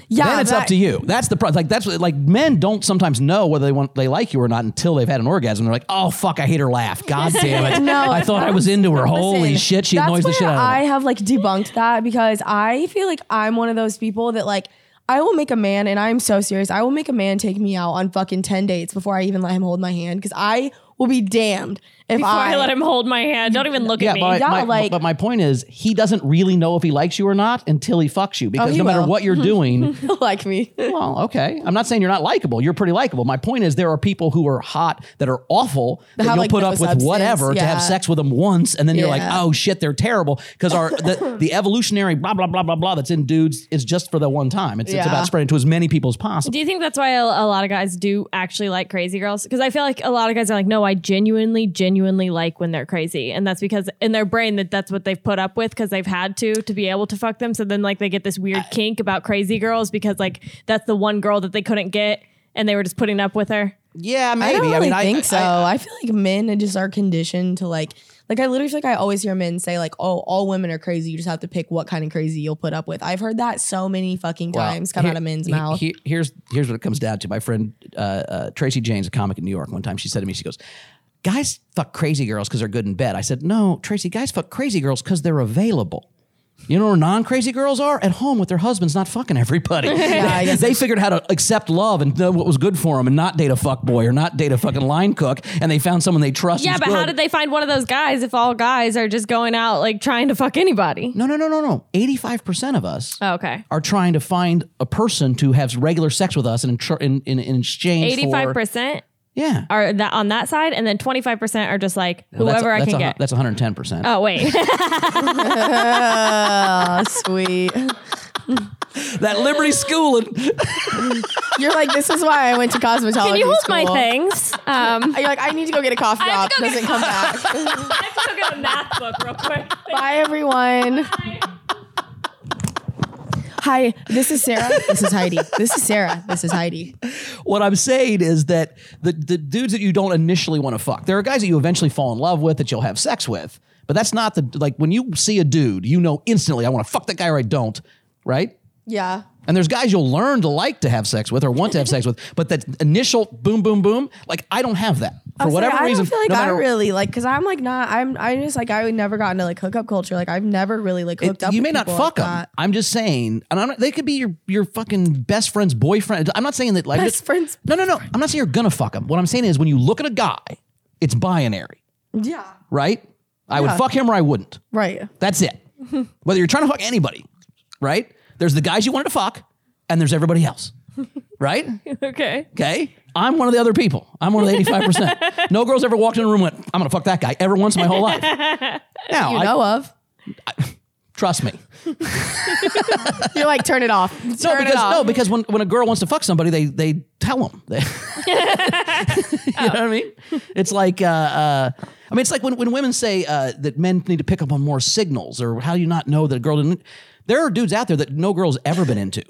[SPEAKER 1] Yeah,
[SPEAKER 3] then it's up
[SPEAKER 1] that-
[SPEAKER 3] to you. That's the problem. Like that's what- like men don't sometimes know whether they want they like you or not until they've had an orgasm. They're like, oh fuck, I hate her
[SPEAKER 1] <laughs>
[SPEAKER 3] laugh. God damn it.
[SPEAKER 1] No.
[SPEAKER 3] I thought I was into her. Holy
[SPEAKER 1] Listen,
[SPEAKER 3] shit, she annoys
[SPEAKER 1] that's
[SPEAKER 3] the shit
[SPEAKER 1] where
[SPEAKER 3] out of me.
[SPEAKER 1] I have like debunked that because I feel like I'm one of those people that like I will make a man, and I'm so serious. I will make a man take me out on fucking ten dates before I even let him hold my hand because I will be damned if
[SPEAKER 2] <laughs> Before I,
[SPEAKER 1] I,
[SPEAKER 2] let him hold my hand, don't even look
[SPEAKER 3] Yeah,
[SPEAKER 2] at me.
[SPEAKER 3] but, my-
[SPEAKER 1] Yeah,
[SPEAKER 3] my,
[SPEAKER 1] like-
[SPEAKER 3] but my point is, he doesn't really know if he likes you or not until he fucks you. Because
[SPEAKER 1] Oh, he
[SPEAKER 3] no matter
[SPEAKER 1] will. Mm-hmm.
[SPEAKER 3] what
[SPEAKER 1] <laughs>
[SPEAKER 3] you're doing,
[SPEAKER 1] <laughs> like me.
[SPEAKER 3] well, Oh, okay. I'm not saying you're not likable. You're pretty likable. My point is, there are people who are hot that are awful that
[SPEAKER 1] have,
[SPEAKER 3] you'll
[SPEAKER 1] like,
[SPEAKER 3] put
[SPEAKER 1] no
[SPEAKER 3] up with
[SPEAKER 1] substance.
[SPEAKER 3] whatever to
[SPEAKER 1] Yeah.
[SPEAKER 3] have sex with them once, and then you're like,
[SPEAKER 1] Yeah.
[SPEAKER 3] oh shit, they're terrible because
[SPEAKER 1] <laughs>
[SPEAKER 3] our the, the evolutionary blah blah blah blah blah that's in dudes is just for the one time. It's, it's
[SPEAKER 1] Yeah.
[SPEAKER 3] about spreading to as many people as possible.
[SPEAKER 2] Do you think that's why a, a lot of guys do actually like crazy girls? Because I feel like a lot of guys are like, no, I genuinely, genuinely like when they're crazy, and that's because in their brain that that's what they've put up with because they've had to to be able to fuck them. So then like they get this weird kink about crazy girls because like that's the one girl that they couldn't get, and they were just putting up with her.
[SPEAKER 3] yeah,
[SPEAKER 1] I
[SPEAKER 3] maybe.
[SPEAKER 1] don't really
[SPEAKER 3] mean,
[SPEAKER 1] think so. I, feel like men are just are conditioned to like, like I literally feel like I always hear men say like, "Oh, all women are crazy. You just have to pick what kind of crazy you'll put up with." I've heard that so many fucking
[SPEAKER 3] Well,
[SPEAKER 1] times come
[SPEAKER 3] here-
[SPEAKER 1] out of men's
[SPEAKER 3] he-
[SPEAKER 1] mouth.
[SPEAKER 3] he- here's here's what it comes down to. My friend uh, uh, Tracy Jane's a comic in New York. One time, she said to me, she goes. Guys fuck crazy girls because they're good in bed. I said, no, Tracy, guys fuck crazy girls because they're available. You know where non crazy girls are? At home with their husbands, not fucking
[SPEAKER 1] <laughs>
[SPEAKER 3] everybody.
[SPEAKER 1] I guess
[SPEAKER 3] they figured how to accept love and know what was good for them and not date a fuck boy or not date a fucking line cook. And they found someone they trust.
[SPEAKER 2] Yeah,
[SPEAKER 3] who's
[SPEAKER 2] but how
[SPEAKER 3] good.
[SPEAKER 2] did they find one of those guys if all guys are just going out like trying to fuck anybody? Oh,
[SPEAKER 3] No, no, no, no, no. 85% of
[SPEAKER 1] Oh,
[SPEAKER 3] us
[SPEAKER 2] Okay.
[SPEAKER 3] are trying to find a person to have regular sex with us and in, tr- in, in, in exchange for-
[SPEAKER 2] 85%
[SPEAKER 3] Yeah.
[SPEAKER 2] are that on that side and then 25% are just like
[SPEAKER 3] Well, that's-
[SPEAKER 2] whoever I
[SPEAKER 3] that's
[SPEAKER 2] can
[SPEAKER 3] a, hu-
[SPEAKER 2] get.
[SPEAKER 3] That's 110%.
[SPEAKER 2] Oh wait.
[SPEAKER 1] Ah, sweet.
[SPEAKER 3] That Liberty schooling.
[SPEAKER 1] You're like, this is why I went to cosmetology.
[SPEAKER 2] Can you hold my
[SPEAKER 1] school."
[SPEAKER 2] things?
[SPEAKER 1] <laughs>
[SPEAKER 2] Um,
[SPEAKER 1] You're like, <laughs> I need to go get a cough
[SPEAKER 2] have
[SPEAKER 1] drop.
[SPEAKER 2] to go get
[SPEAKER 1] Doesn't come <laughs> back.
[SPEAKER 2] I have to go get a math book real <laughs> quick.
[SPEAKER 1] Bye, everyone. Hi, this is Sarah. This is Heidi. This is Sarah. This is Heidi.
[SPEAKER 3] what I'm saying is that the, the dudes that you don't initially want to fuck, there are guys that you eventually fall in love with that you'll have sex with. But that's not the, like, when you see a dude, you know instantly, I want to fuck that guy or I don't, right?
[SPEAKER 1] Yeah.
[SPEAKER 3] And there's guys you'll learn to like to have sex with or want to have sex with, but that initial boom, boom, boom, like I don't have that for
[SPEAKER 1] Oh, I was
[SPEAKER 3] whatever
[SPEAKER 1] like,
[SPEAKER 3] reason.
[SPEAKER 1] I don't feel like
[SPEAKER 3] no
[SPEAKER 1] I
[SPEAKER 3] matter-
[SPEAKER 1] really like because I'm like not. I'm. I just like I never got into like hookup culture. Like I've never really like hooked up.
[SPEAKER 3] you
[SPEAKER 1] with
[SPEAKER 3] may not
[SPEAKER 1] people
[SPEAKER 3] fuck
[SPEAKER 1] like
[SPEAKER 3] them.
[SPEAKER 1] that.
[SPEAKER 3] I'm just saying, and I'm not, they could be your your fucking best friend's boyfriend. I'm not saying that like
[SPEAKER 1] Best friend's
[SPEAKER 3] No, no, no. I'm not saying you're gonna fuck him. What I'm saying is when you look at a guy, it's binary,
[SPEAKER 1] Yeah.
[SPEAKER 3] right? I
[SPEAKER 1] Yeah.
[SPEAKER 3] would fuck him or I wouldn't.
[SPEAKER 1] Right. <laughs>
[SPEAKER 3] That's it. Whether you're trying to fuck anybody, right? There's the guys you wanted to fuck, and there's everybody
[SPEAKER 1] <laughs>
[SPEAKER 3] else, right?
[SPEAKER 2] Okay.
[SPEAKER 3] Okay. I'm one of the other people. I'm one of
[SPEAKER 1] <laughs>
[SPEAKER 3] the 85%. no girl's ever walked in a room and went, I'm going to fuck that guy ever once in my
[SPEAKER 1] <laughs>
[SPEAKER 3] whole life. Now,
[SPEAKER 1] You
[SPEAKER 3] I-
[SPEAKER 1] know of.
[SPEAKER 3] trust me.
[SPEAKER 1] You're like turn it off.
[SPEAKER 3] No,
[SPEAKER 1] Turn it
[SPEAKER 3] because,
[SPEAKER 1] off.
[SPEAKER 3] no, because when, when a girl wants to fuck somebody, they they tell them. <laughs> you know what I mean?
[SPEAKER 1] Oh.
[SPEAKER 3] It's like, uh, uh, I mean, it's like when, when women say uh, that men need to pick up on more signals or how do you not know that a girl didn't. There are dudes out there that no girl's ever
[SPEAKER 1] <clears throat>
[SPEAKER 3] been into.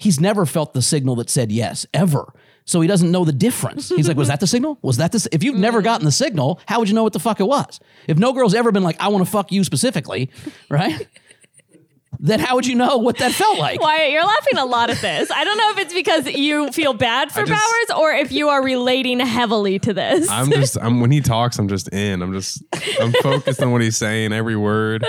[SPEAKER 3] He's never felt the signal that said yes, ever. So he doesn't know the difference. He's like, was that the signal? Was that this? If you've
[SPEAKER 1] Mm.
[SPEAKER 3] never gotten the signal, how would you know what the fuck it was? If no girl's ever been like, I want to fuck you specifically, <laughs> right? then how would you know what that felt like?
[SPEAKER 2] Wyatt, you're laughing a lot at this. I don't know if it's because you feel bad for
[SPEAKER 4] I just-
[SPEAKER 2] Bowers or if you are relating heavily to this.
[SPEAKER 4] I'm just I'm when he talks, I'm just in. I'm just I'm focused on what he's saying, every word.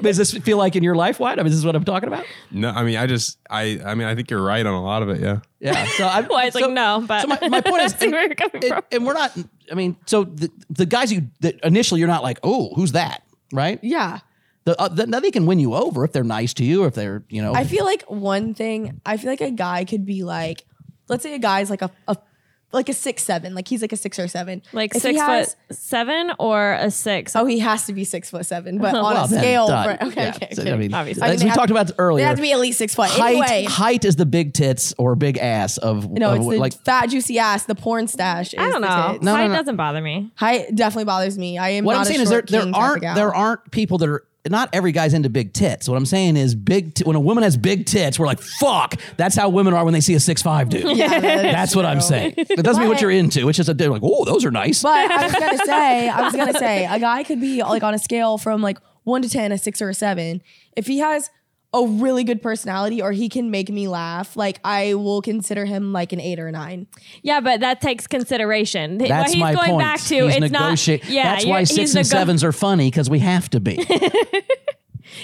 [SPEAKER 3] Does this feel like in your life, Wyatt? I mean, is this what I'm talking about?
[SPEAKER 4] No, I mean I just I I mean I think you're right on a lot of it, yeah.
[SPEAKER 3] Yeah. <laughs>
[SPEAKER 1] <laughs>
[SPEAKER 3] So I'm
[SPEAKER 2] <laughs> Wyatt's
[SPEAKER 3] so-
[SPEAKER 2] like, no, but
[SPEAKER 3] So my, my point
[SPEAKER 2] <laughs>
[SPEAKER 3] is,
[SPEAKER 2] I see where you're coming
[SPEAKER 3] and,
[SPEAKER 2] from.
[SPEAKER 3] and we're not. I mean, so the, the guys you that initially you're not like, oh, who's that, right?
[SPEAKER 1] yeah.
[SPEAKER 3] The, uh, the, now they can win you over if they're nice to you, or if they're you know.
[SPEAKER 1] I feel like one thing. I feel like a guy could be like, let's say a guy's like a, a like a six seven. Like he's like a six or seven.
[SPEAKER 2] Like
[SPEAKER 1] If he
[SPEAKER 2] six
[SPEAKER 1] has-
[SPEAKER 2] foot seven or a six.
[SPEAKER 1] Oh, he has to be six foot seven, but on
[SPEAKER 3] <laughs> well,
[SPEAKER 1] a
[SPEAKER 3] then,
[SPEAKER 1] scale.
[SPEAKER 3] done.
[SPEAKER 1] for- okay,
[SPEAKER 3] Yeah.
[SPEAKER 1] okay.
[SPEAKER 3] So,
[SPEAKER 1] okay.
[SPEAKER 3] I mean,
[SPEAKER 2] Obviously.
[SPEAKER 1] I mean,
[SPEAKER 3] as
[SPEAKER 1] they
[SPEAKER 3] we
[SPEAKER 1] have-
[SPEAKER 3] talked about
[SPEAKER 1] they
[SPEAKER 3] earlier.
[SPEAKER 1] have to be at least six foot.
[SPEAKER 3] height,
[SPEAKER 1] anyway,
[SPEAKER 3] height is the big tits or big ass of
[SPEAKER 1] no,
[SPEAKER 3] of
[SPEAKER 1] it's the
[SPEAKER 3] like
[SPEAKER 1] fat juicy ass. The porn stash. Is
[SPEAKER 2] I don't know.
[SPEAKER 1] The
[SPEAKER 3] No,
[SPEAKER 2] No,
[SPEAKER 3] no, no.
[SPEAKER 2] doesn't bother me.
[SPEAKER 1] Height definitely bothers me. I am.
[SPEAKER 3] what
[SPEAKER 1] not
[SPEAKER 3] I'm
[SPEAKER 1] a
[SPEAKER 3] saying is there
[SPEAKER 1] short
[SPEAKER 3] there
[SPEAKER 1] king type of <laughs>
[SPEAKER 3] aren't
[SPEAKER 1] gal.
[SPEAKER 3] there aren't people that are not every guy's into big tits. What I'm saying is, big. T- when a woman has big tits, we're like, fuck. That's how women are when they see a six five
[SPEAKER 1] <laughs>
[SPEAKER 3] dude.
[SPEAKER 1] Yeah, that-
[SPEAKER 3] That's what I'm saying. It doesn't mean what
[SPEAKER 1] But-
[SPEAKER 3] you're into. It's just that they're like, oh, those are nice.
[SPEAKER 1] but I was gonna say, I was gonna say, a guy could be like on a scale from like one to ten, a six or a seven. If he has a really good personality or he can make me laugh, like I will consider him like an eight or a nine.
[SPEAKER 2] Yeah, but that takes consideration. Th-
[SPEAKER 3] That's
[SPEAKER 2] what he's
[SPEAKER 3] my
[SPEAKER 2] going
[SPEAKER 3] point.
[SPEAKER 2] back to
[SPEAKER 3] He's
[SPEAKER 2] it's
[SPEAKER 3] negotiate-
[SPEAKER 2] not. Yeah,
[SPEAKER 3] that's
[SPEAKER 2] you're-
[SPEAKER 3] why six
[SPEAKER 2] he's
[SPEAKER 3] and
[SPEAKER 2] nego-
[SPEAKER 3] sevens are funny because we
[SPEAKER 1] <laughs>
[SPEAKER 3] have to be.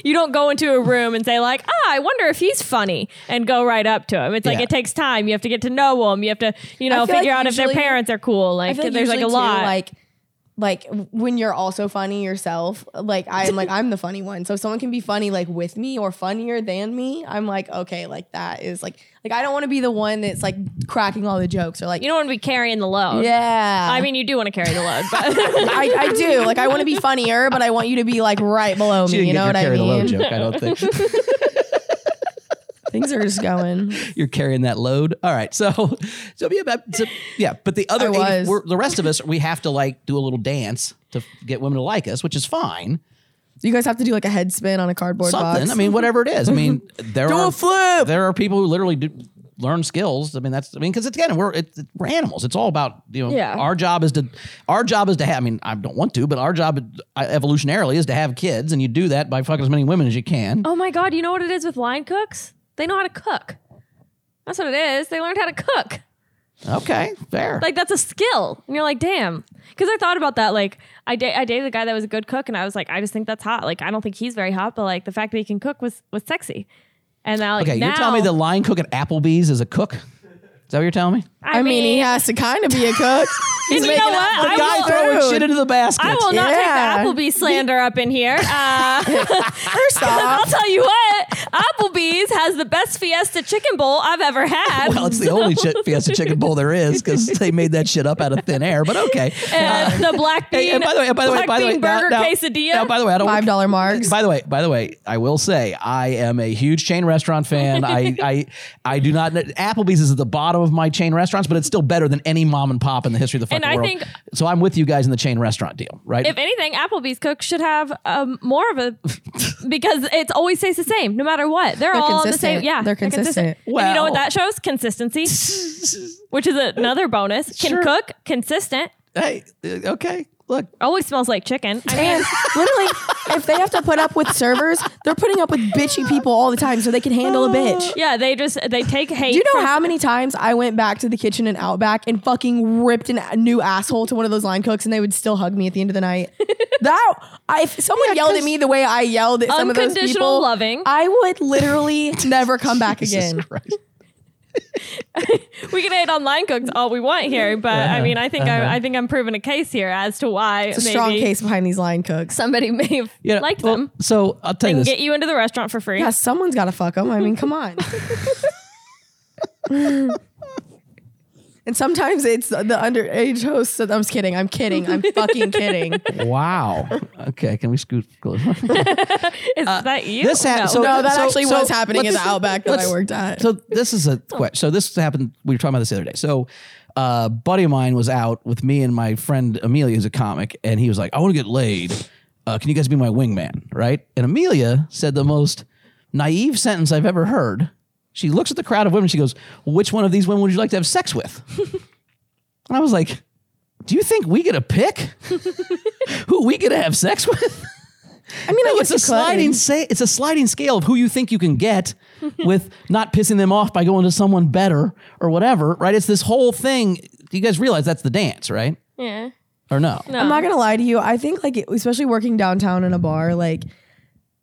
[SPEAKER 2] You don't go into a room and say like, "Ah, I wonder if he's funny," and go right up to him. It's like
[SPEAKER 3] Yeah.
[SPEAKER 2] it takes time. You have to get to know him. You have to, you know,
[SPEAKER 1] feel
[SPEAKER 2] figure
[SPEAKER 1] like
[SPEAKER 2] out if
[SPEAKER 1] usually-
[SPEAKER 2] their parents are cool.
[SPEAKER 1] I
[SPEAKER 2] Like,
[SPEAKER 1] feel like
[SPEAKER 2] there's like a
[SPEAKER 1] usually, too,
[SPEAKER 2] lot.
[SPEAKER 1] like like w- when you're also funny yourself, like I'm like I'm the funny one. So if someone can be funny like with me or funnier than me, I'm like okay, like that is like like I don't want to be the one that's like cracking all the jokes or like
[SPEAKER 2] you don't want to be carrying the load.
[SPEAKER 1] yeah.
[SPEAKER 2] I mean, you do want to carry the load, but
[SPEAKER 1] <laughs> I, I do like I want to be funnier, but I want you to be like right below
[SPEAKER 3] She
[SPEAKER 1] me.
[SPEAKER 3] didn't
[SPEAKER 1] You
[SPEAKER 3] get
[SPEAKER 1] know
[SPEAKER 3] your
[SPEAKER 1] what I
[SPEAKER 3] carry the load
[SPEAKER 1] mean?
[SPEAKER 3] joke. I don't think.
[SPEAKER 1] <laughs> Things are just going.
[SPEAKER 3] you're carrying that load. All right, so so yeah, but, so, yeah, but the other
[SPEAKER 1] I
[SPEAKER 3] 80
[SPEAKER 1] was.
[SPEAKER 3] we're, the rest of us we have to like do a little dance to f- get women to like us, which is fine.
[SPEAKER 1] You guys have to do like a head spin on a cardboard
[SPEAKER 3] Something.
[SPEAKER 1] box.
[SPEAKER 3] I mean, whatever it is.
[SPEAKER 2] <laughs>
[SPEAKER 3] I mean, there
[SPEAKER 1] Do a
[SPEAKER 3] are
[SPEAKER 1] flip!
[SPEAKER 3] There are people who literally do learn skills. I mean, that's I mean, because again, we're it, it- we're animals. It's all about you know.
[SPEAKER 2] Yeah.
[SPEAKER 3] Our job is to our job is to have. I mean, I don't want to, but our job uh, evolutionarily is to have kids, and you do that by fucking as many women as you can.
[SPEAKER 2] oh my god, you know what it is with line cooks? They know how to cook. That's what it is. They learned how to cook.
[SPEAKER 3] Okay, fair.
[SPEAKER 2] Oh. like that's a skill and you're like damn because i thought about that like I, da- I dated a guy that was a good cook and i was like i just think that's hot like i don't think he's very hot but like the fact that he can cook was was sexy and now like
[SPEAKER 3] okay,
[SPEAKER 2] now,
[SPEAKER 3] you're telling me the line cook at Applebee's is a cook. Is that what you're telling me?
[SPEAKER 2] i,
[SPEAKER 1] I mean, he has to kind of be a
[SPEAKER 2] <laughs>
[SPEAKER 1] cook. He's
[SPEAKER 2] And you know
[SPEAKER 1] making up
[SPEAKER 2] what?
[SPEAKER 1] for
[SPEAKER 2] I
[SPEAKER 3] guy
[SPEAKER 2] will-
[SPEAKER 3] throwing
[SPEAKER 1] food.
[SPEAKER 2] <laughs>
[SPEAKER 3] shit into the basket.
[SPEAKER 2] I will not
[SPEAKER 1] Yeah.
[SPEAKER 2] take the Applebee's slander up
[SPEAKER 1] <laughs>
[SPEAKER 2] in here. Uh,
[SPEAKER 1] First
[SPEAKER 2] I'll
[SPEAKER 1] off,
[SPEAKER 2] tell you what, Applebee's has the best Fiesta chicken bowl I've ever had.
[SPEAKER 3] <laughs> well, it's the only chi- fiesta chicken bowl there is because they made that shit up out of thin air. But okay.
[SPEAKER 2] and the black bean,
[SPEAKER 3] Hey, and by the way, and by the way,
[SPEAKER 2] black
[SPEAKER 3] by the way,
[SPEAKER 2] bean
[SPEAKER 3] now-
[SPEAKER 2] burger
[SPEAKER 3] now-
[SPEAKER 2] quesadilla.
[SPEAKER 3] now, by the way, I don't.
[SPEAKER 1] five dollar marks.
[SPEAKER 3] By the way, by the way, I will say I am a huge chain restaurant fan. I, I I do not Applebee's is at the bottom of my chain restaurants, but it's still better than any mom and pop in the history of the
[SPEAKER 2] And
[SPEAKER 3] fucking
[SPEAKER 2] I
[SPEAKER 3] world.
[SPEAKER 2] think-
[SPEAKER 3] so I'm with you guys in the chain restaurant deal, right?
[SPEAKER 2] if anything, Applebee's cook should have um, more of a because it's always stays the same no matter what. They're, all on the same.
[SPEAKER 1] consistent.
[SPEAKER 2] Yeah,
[SPEAKER 1] They're consistent.
[SPEAKER 2] and you know what
[SPEAKER 3] Well-
[SPEAKER 2] that shows? Consistency, which is another bonus. Can
[SPEAKER 3] Sure.
[SPEAKER 2] cook consistent.
[SPEAKER 3] hey, uh, okay, look,
[SPEAKER 2] Always smells like chicken. I
[SPEAKER 3] <laughs>
[SPEAKER 2] mean,
[SPEAKER 1] And literally, if they have to put up with servers, they're putting up with bitchy people all the time, so they can handle a bitch.
[SPEAKER 2] yeah, they just they take hate.
[SPEAKER 1] Do you know
[SPEAKER 2] from-
[SPEAKER 1] how many times I went back to the kitchen and Outback and fucking ripped an, a new asshole to one of those line cooks, and they would still hug me at the end of the night? that I, if someone yelled at me the way I yelled at some of those
[SPEAKER 2] Unconditional
[SPEAKER 1] people,
[SPEAKER 2] loving.
[SPEAKER 1] I would literally never come back
[SPEAKER 3] Jesus <laughs>
[SPEAKER 1] again.
[SPEAKER 3] Christ.
[SPEAKER 2] we can hate on line cooks all we want here, but
[SPEAKER 3] Uh-huh.
[SPEAKER 2] I mean, I think I, I think I'm proving a case here as to why
[SPEAKER 1] It's a
[SPEAKER 2] maybe
[SPEAKER 1] strong case behind these line cooks.
[SPEAKER 2] somebody may have
[SPEAKER 3] You know,
[SPEAKER 2] liked
[SPEAKER 3] well,
[SPEAKER 2] them.
[SPEAKER 3] So I'll tell you
[SPEAKER 2] Can
[SPEAKER 3] this.
[SPEAKER 2] get you into the restaurant for free.
[SPEAKER 1] Yeah, someone's got to fuck them. I mean, come on. and sometimes it's the underage hosts. I'm just kidding. I'm kidding. I'm fucking kidding.
[SPEAKER 3] Wow. Okay, can we scoot
[SPEAKER 2] <laughs>
[SPEAKER 3] closer?
[SPEAKER 2] Is that you?
[SPEAKER 3] Uh, this hap-
[SPEAKER 2] no.
[SPEAKER 3] <laughs> so-
[SPEAKER 1] No, that
[SPEAKER 3] So-
[SPEAKER 1] actually
[SPEAKER 3] so
[SPEAKER 1] was happening in the
[SPEAKER 3] let's-
[SPEAKER 1] Outback that I
[SPEAKER 3] let's-
[SPEAKER 1] worked at.
[SPEAKER 3] so this is a question. So this happened. We were talking about this the other day. So uh, a buddy of mine was out with me and my friend Amelia, who's a comic, and he was like, "I want to get laid. Uh, can you guys be my wingman?" Right? And Amelia said the most naive sentence I've ever heard. She looks at the crowd of women. She goes, "Which one of these women would you like to have sex with?" <laughs> and I was like, "Do you think we get a pick? <laughs> Who we get to have sex with?"
[SPEAKER 1] I mean, I
[SPEAKER 3] No,
[SPEAKER 1] guess
[SPEAKER 3] it's a
[SPEAKER 1] you could.
[SPEAKER 3] sliding say it's a sliding scale of who you think you can <laughs> get with not pissing them off by going to someone better or whatever, right? It's this whole thing. You guys realize that's the dance, right?
[SPEAKER 2] yeah.
[SPEAKER 3] Or no?
[SPEAKER 1] I'm not gonna lie to you. I think like it- especially working downtown in a bar, like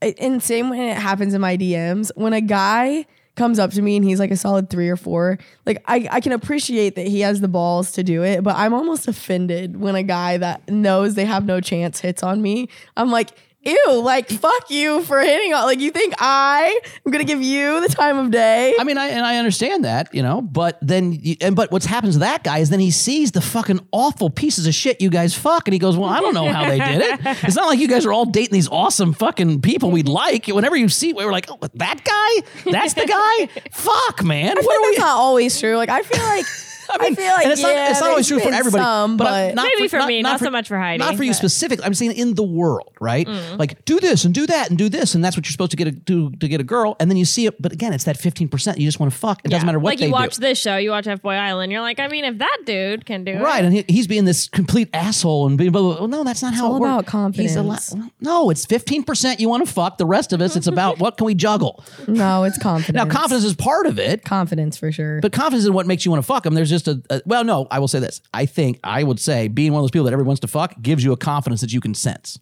[SPEAKER 1] it, and same when it happens in my DMs when a guy comes up to me and he's like a solid three or four like I, I can appreciate that he has the balls to do it but i'm almost offended when a guy that knows they have no chance hits on me i'm like ew like fuck you for hitting on like you think i am gonna give you the time of day
[SPEAKER 3] I mean, I and I understand that, you know, but then you, and but what happens to that guy is then he sees the fucking awful pieces of shit you guys fuck, and he goes, "Well, I don't know how they did <laughs> it. It's not like you guys are all dating these awesome fucking people we'd like. Whenever you see, we're like, oh, <laughs> that guy, that's the guy. Fuck, man.
[SPEAKER 1] I feel like
[SPEAKER 3] What are we? <laughs>
[SPEAKER 1] that's not always true. Like I feel like I feel like
[SPEAKER 3] and it's
[SPEAKER 1] yeah,
[SPEAKER 3] not, it's not
[SPEAKER 1] there's
[SPEAKER 3] always true for
[SPEAKER 1] been
[SPEAKER 3] everybody,
[SPEAKER 1] some,
[SPEAKER 3] but, I'm- not
[SPEAKER 2] Maybe for
[SPEAKER 3] not,
[SPEAKER 2] me,
[SPEAKER 3] not,
[SPEAKER 2] not so much for Heidi, Mm.
[SPEAKER 3] Not for you
[SPEAKER 2] but-
[SPEAKER 3] specifically. I'm saying in the world, right? Like do this and do that and do this, and that's what you're supposed to get a, do to get a girl, and then you see it. But again, it's that 15 percent you just want to fuck. It doesn't matter what
[SPEAKER 2] like
[SPEAKER 3] they
[SPEAKER 2] you watch
[SPEAKER 3] do.
[SPEAKER 2] this show, you watch F Boy Island, you're like, I mean, if that dude can do
[SPEAKER 3] Right,
[SPEAKER 2] it,
[SPEAKER 3] and he, he's being this complete asshole and being blah, blah, blah. Well, no, that's not how
[SPEAKER 1] all
[SPEAKER 3] it works.
[SPEAKER 1] about confidence.
[SPEAKER 3] He's a li- no, it's fifteen percent you want to fuck. The rest of us, it's about what can we juggle.
[SPEAKER 1] No, it's
[SPEAKER 3] Now,
[SPEAKER 1] confidence.
[SPEAKER 3] confidence is part of it,
[SPEAKER 1] confidence for sure.
[SPEAKER 3] but confidence is what makes you want to fuck them. There's just a, a well, no, I will say this. I think I would say being one of those people that everyone wants to fuck gives you a confidence that you can sense.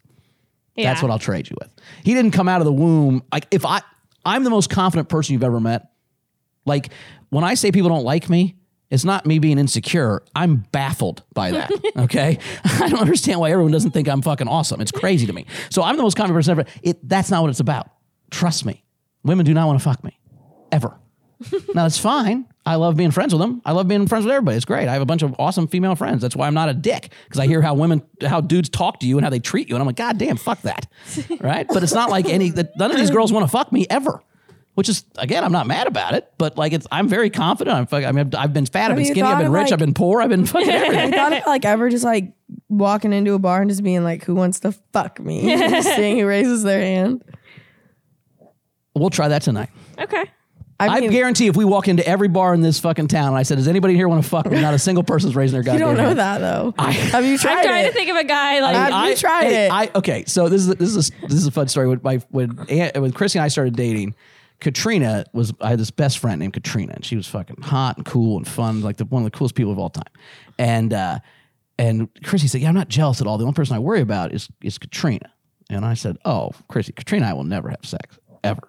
[SPEAKER 2] yeah.
[SPEAKER 3] That's what I'll trade you with. He didn't come out of the womb like if I I'm the most confident person you've ever met. Like when I say people don't like me, it's not me being insecure. I'm baffled by that. Okay, <laughs> I don't understand why everyone doesn't think I'm fucking awesome. It's crazy to me. So I'm the most confident person ever. It that's not what it's about. Trust me, women do not want to fuck me, ever. now it's fine. I love being friends with them. I love being friends with everybody. It's great. I have a bunch of awesome female friends. That's why I'm not a dick because I hear how women, how dudes talk to you and how they treat you, and I'm like, God damn, fuck
[SPEAKER 1] <laughs>
[SPEAKER 3] that, right? But it's not like any that none of these girls want to fuck me ever. Which is again, I'm not mad about it, but like it's, I'm very confident. I'm fuck, I mean, I've- I've been fat, I've been
[SPEAKER 1] you
[SPEAKER 3] skinny, I've
[SPEAKER 1] thought
[SPEAKER 3] been
[SPEAKER 1] of,
[SPEAKER 3] rich,
[SPEAKER 1] like-
[SPEAKER 3] I've been poor,
[SPEAKER 1] <laughs>
[SPEAKER 3] I've been fucking everything.
[SPEAKER 1] I thought about like ever just like walking into a bar and just being like, "Who wants to fuck me?" <laughs> just seeing who raises their hand.
[SPEAKER 3] we'll try that tonight.
[SPEAKER 2] okay.
[SPEAKER 3] I,
[SPEAKER 1] mean,
[SPEAKER 3] guarantee if we walk into every bar in this fucking town, and I said, "Does anybody here want to fuck me?" Not a single person's raising their
[SPEAKER 1] you
[SPEAKER 3] goddamn.
[SPEAKER 1] don't know
[SPEAKER 3] hand.
[SPEAKER 1] that though. Have
[SPEAKER 3] <laughs>
[SPEAKER 1] you tried
[SPEAKER 2] I'm trying
[SPEAKER 1] it?
[SPEAKER 2] to think of a guy like
[SPEAKER 1] Have you tried
[SPEAKER 3] hey,
[SPEAKER 1] it?
[SPEAKER 3] I okay. So this is this is this is a fun story. When my when Aunt, when Chrissy and I started dating, Katrina was I had this best friend named Katrina, and she was fucking hot and cool and fun, like the, one of the coolest people of all time. And uh, and Chrissy said, "Yeah, I'm not jealous at all. The only person I worry about is is Katrina." And I said, "Oh, Chrissy, Katrina, and I will never have sex ever."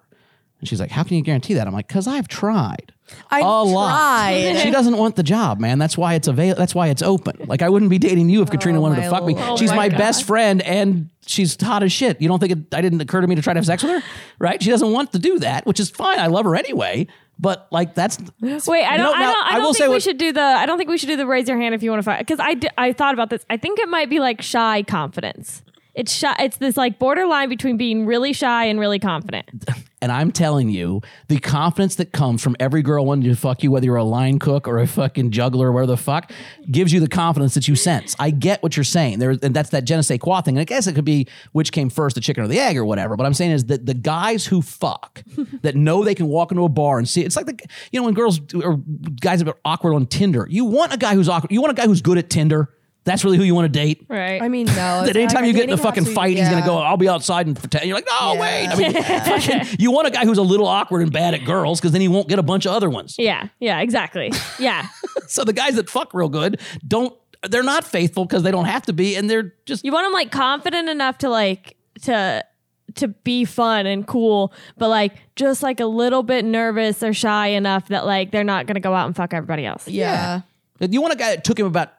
[SPEAKER 3] And she's like, "How can you guarantee that?" I'm like, "Cause I've tried."
[SPEAKER 1] I've
[SPEAKER 3] a lot.
[SPEAKER 1] tried.
[SPEAKER 3] She doesn't want the job, man. That's why it's avail. That's why it's open. Like I wouldn't be dating you if
[SPEAKER 2] Oh,
[SPEAKER 3] Katrina wanted to
[SPEAKER 1] my
[SPEAKER 3] fuck me.
[SPEAKER 1] Lord.
[SPEAKER 3] she's
[SPEAKER 1] Oh
[SPEAKER 3] my
[SPEAKER 1] my
[SPEAKER 3] best friend, and she's hot as shit. You don't think it? I didn't occur to me to try to have sex with her, right? She doesn't want to do that, which is fine. I love her anyway. But like that's
[SPEAKER 2] Wait, I
[SPEAKER 3] You
[SPEAKER 2] don't.
[SPEAKER 3] know,
[SPEAKER 2] I
[SPEAKER 3] now,
[SPEAKER 2] don't. I,
[SPEAKER 3] I
[SPEAKER 2] don't
[SPEAKER 3] will
[SPEAKER 2] think
[SPEAKER 3] say
[SPEAKER 2] we
[SPEAKER 3] what-
[SPEAKER 2] should do the. I don't think we should do the raise your hand if you want to fight. Because I, d- I thought about this. I think it might be like shy confidence. It's shy. It's this like borderline between being really shy and really confident.
[SPEAKER 3] and I'm telling you, the confidence that comes from every girl wanting to fuck you, whether you're a line cook or a fucking juggler or where the fuck, gives you the confidence that you sense. I get what you're saying. There, and that's that je ne sais quoi thing. And I guess it could be which came first, the chicken or the egg or whatever. But I'm saying is that the guys who fuck that know they can walk into a bar and see it's like the you know when girls do- or guys are awkward on Tinder. You want a guy who's awkward. You want a guy who's good at Tinder. That's really who you want to date
[SPEAKER 2] Right.
[SPEAKER 1] I mean, no.
[SPEAKER 3] <laughs> that
[SPEAKER 1] it's
[SPEAKER 3] anytime
[SPEAKER 1] not-
[SPEAKER 3] you get in a
[SPEAKER 1] dating
[SPEAKER 3] fucking
[SPEAKER 1] apps are-
[SPEAKER 3] fight, he's gonna
[SPEAKER 1] yeah.
[SPEAKER 3] go, I'll be outside and pretend. You're like, no,
[SPEAKER 1] Yeah.
[SPEAKER 3] wait. I mean, fucking, you want a guy who's a little awkward and bad at girls because then he won't get a bunch of other ones.
[SPEAKER 2] yeah. Yeah. Exactly. Yeah.
[SPEAKER 3] So the guys that fuck real good don't, they're not faithful because they don't have to be. And they're just,
[SPEAKER 2] you want them like confident enough to like to to be fun and cool, but like just like a little bit nervous or shy enough that like they're not gonna go out and fuck everybody else.
[SPEAKER 1] Yeah.
[SPEAKER 3] you want a guy that took him about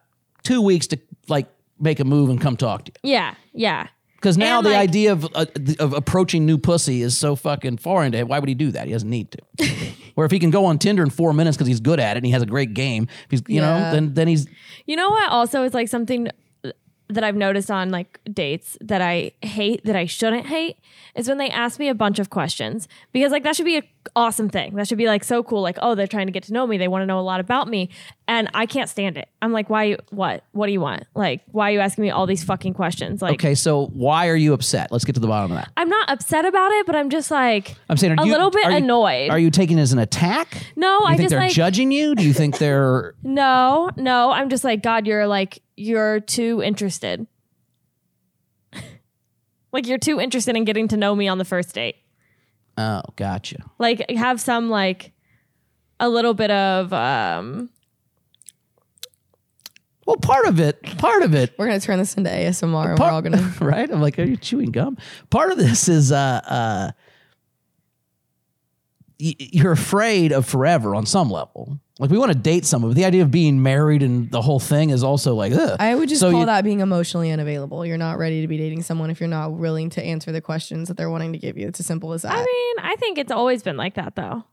[SPEAKER 3] two weeks to like make a move and come talk to you.
[SPEAKER 2] Yeah. Yeah.
[SPEAKER 3] Because now
[SPEAKER 2] And,
[SPEAKER 3] the
[SPEAKER 2] like-
[SPEAKER 3] idea of, uh, of approaching new pussy is so fucking foreign to him. Why would he do that? He doesn't need to. or if he can go on Tinder in four minutes because he's good at it and he has a great game, if he's, you know,
[SPEAKER 1] Yeah.
[SPEAKER 3] then, then he's,
[SPEAKER 2] You know what? Also, is like something that I've noticed on like dates that I hate that I shouldn't hate is when they ask me a bunch of questions because like that should be an awesome thing. That should be like so cool. Like oh, they're trying to get to know me. They want to know a lot about me, and I can't stand it. I'm like, why? What? What do you want? Like, why are you asking me all these fucking questions? Like,
[SPEAKER 3] okay, so why are you upset? Let's get to the bottom of that.
[SPEAKER 2] I'm not upset about it, but I'm just like
[SPEAKER 3] I'm saying are
[SPEAKER 2] a
[SPEAKER 3] you-
[SPEAKER 2] little bit
[SPEAKER 3] are you-
[SPEAKER 2] annoyed.
[SPEAKER 3] Are you taking it as an attack? Do
[SPEAKER 2] no,
[SPEAKER 3] you
[SPEAKER 2] I
[SPEAKER 3] think
[SPEAKER 2] just
[SPEAKER 3] they're
[SPEAKER 2] like
[SPEAKER 3] judging you? Do you think they're <laughs>
[SPEAKER 2] no, no. I'm just like God. You're like you're too interested. <laughs> like you're too interested in getting to know me on the first date.
[SPEAKER 3] oh gotcha?
[SPEAKER 2] Like have some like a little bit of um
[SPEAKER 3] Well, part of it, part of it,
[SPEAKER 1] We're gonna turn this into ASMR. and we're
[SPEAKER 3] part,
[SPEAKER 1] all gonna.
[SPEAKER 3] <laughs> right? I'm like, are you chewing gum? Part of this is uh, uh, y- you're afraid of forever on some level. Like we want to date someone, but the idea of being married and the whole thing is also like, ugh.
[SPEAKER 1] I would just
[SPEAKER 3] So
[SPEAKER 1] call
[SPEAKER 3] you-
[SPEAKER 1] that being emotionally unavailable. You're not ready to be dating someone if you're not willing to answer the questions that they're wanting to give you. It's as simple as that.
[SPEAKER 2] I mean, I think it's always been like that though.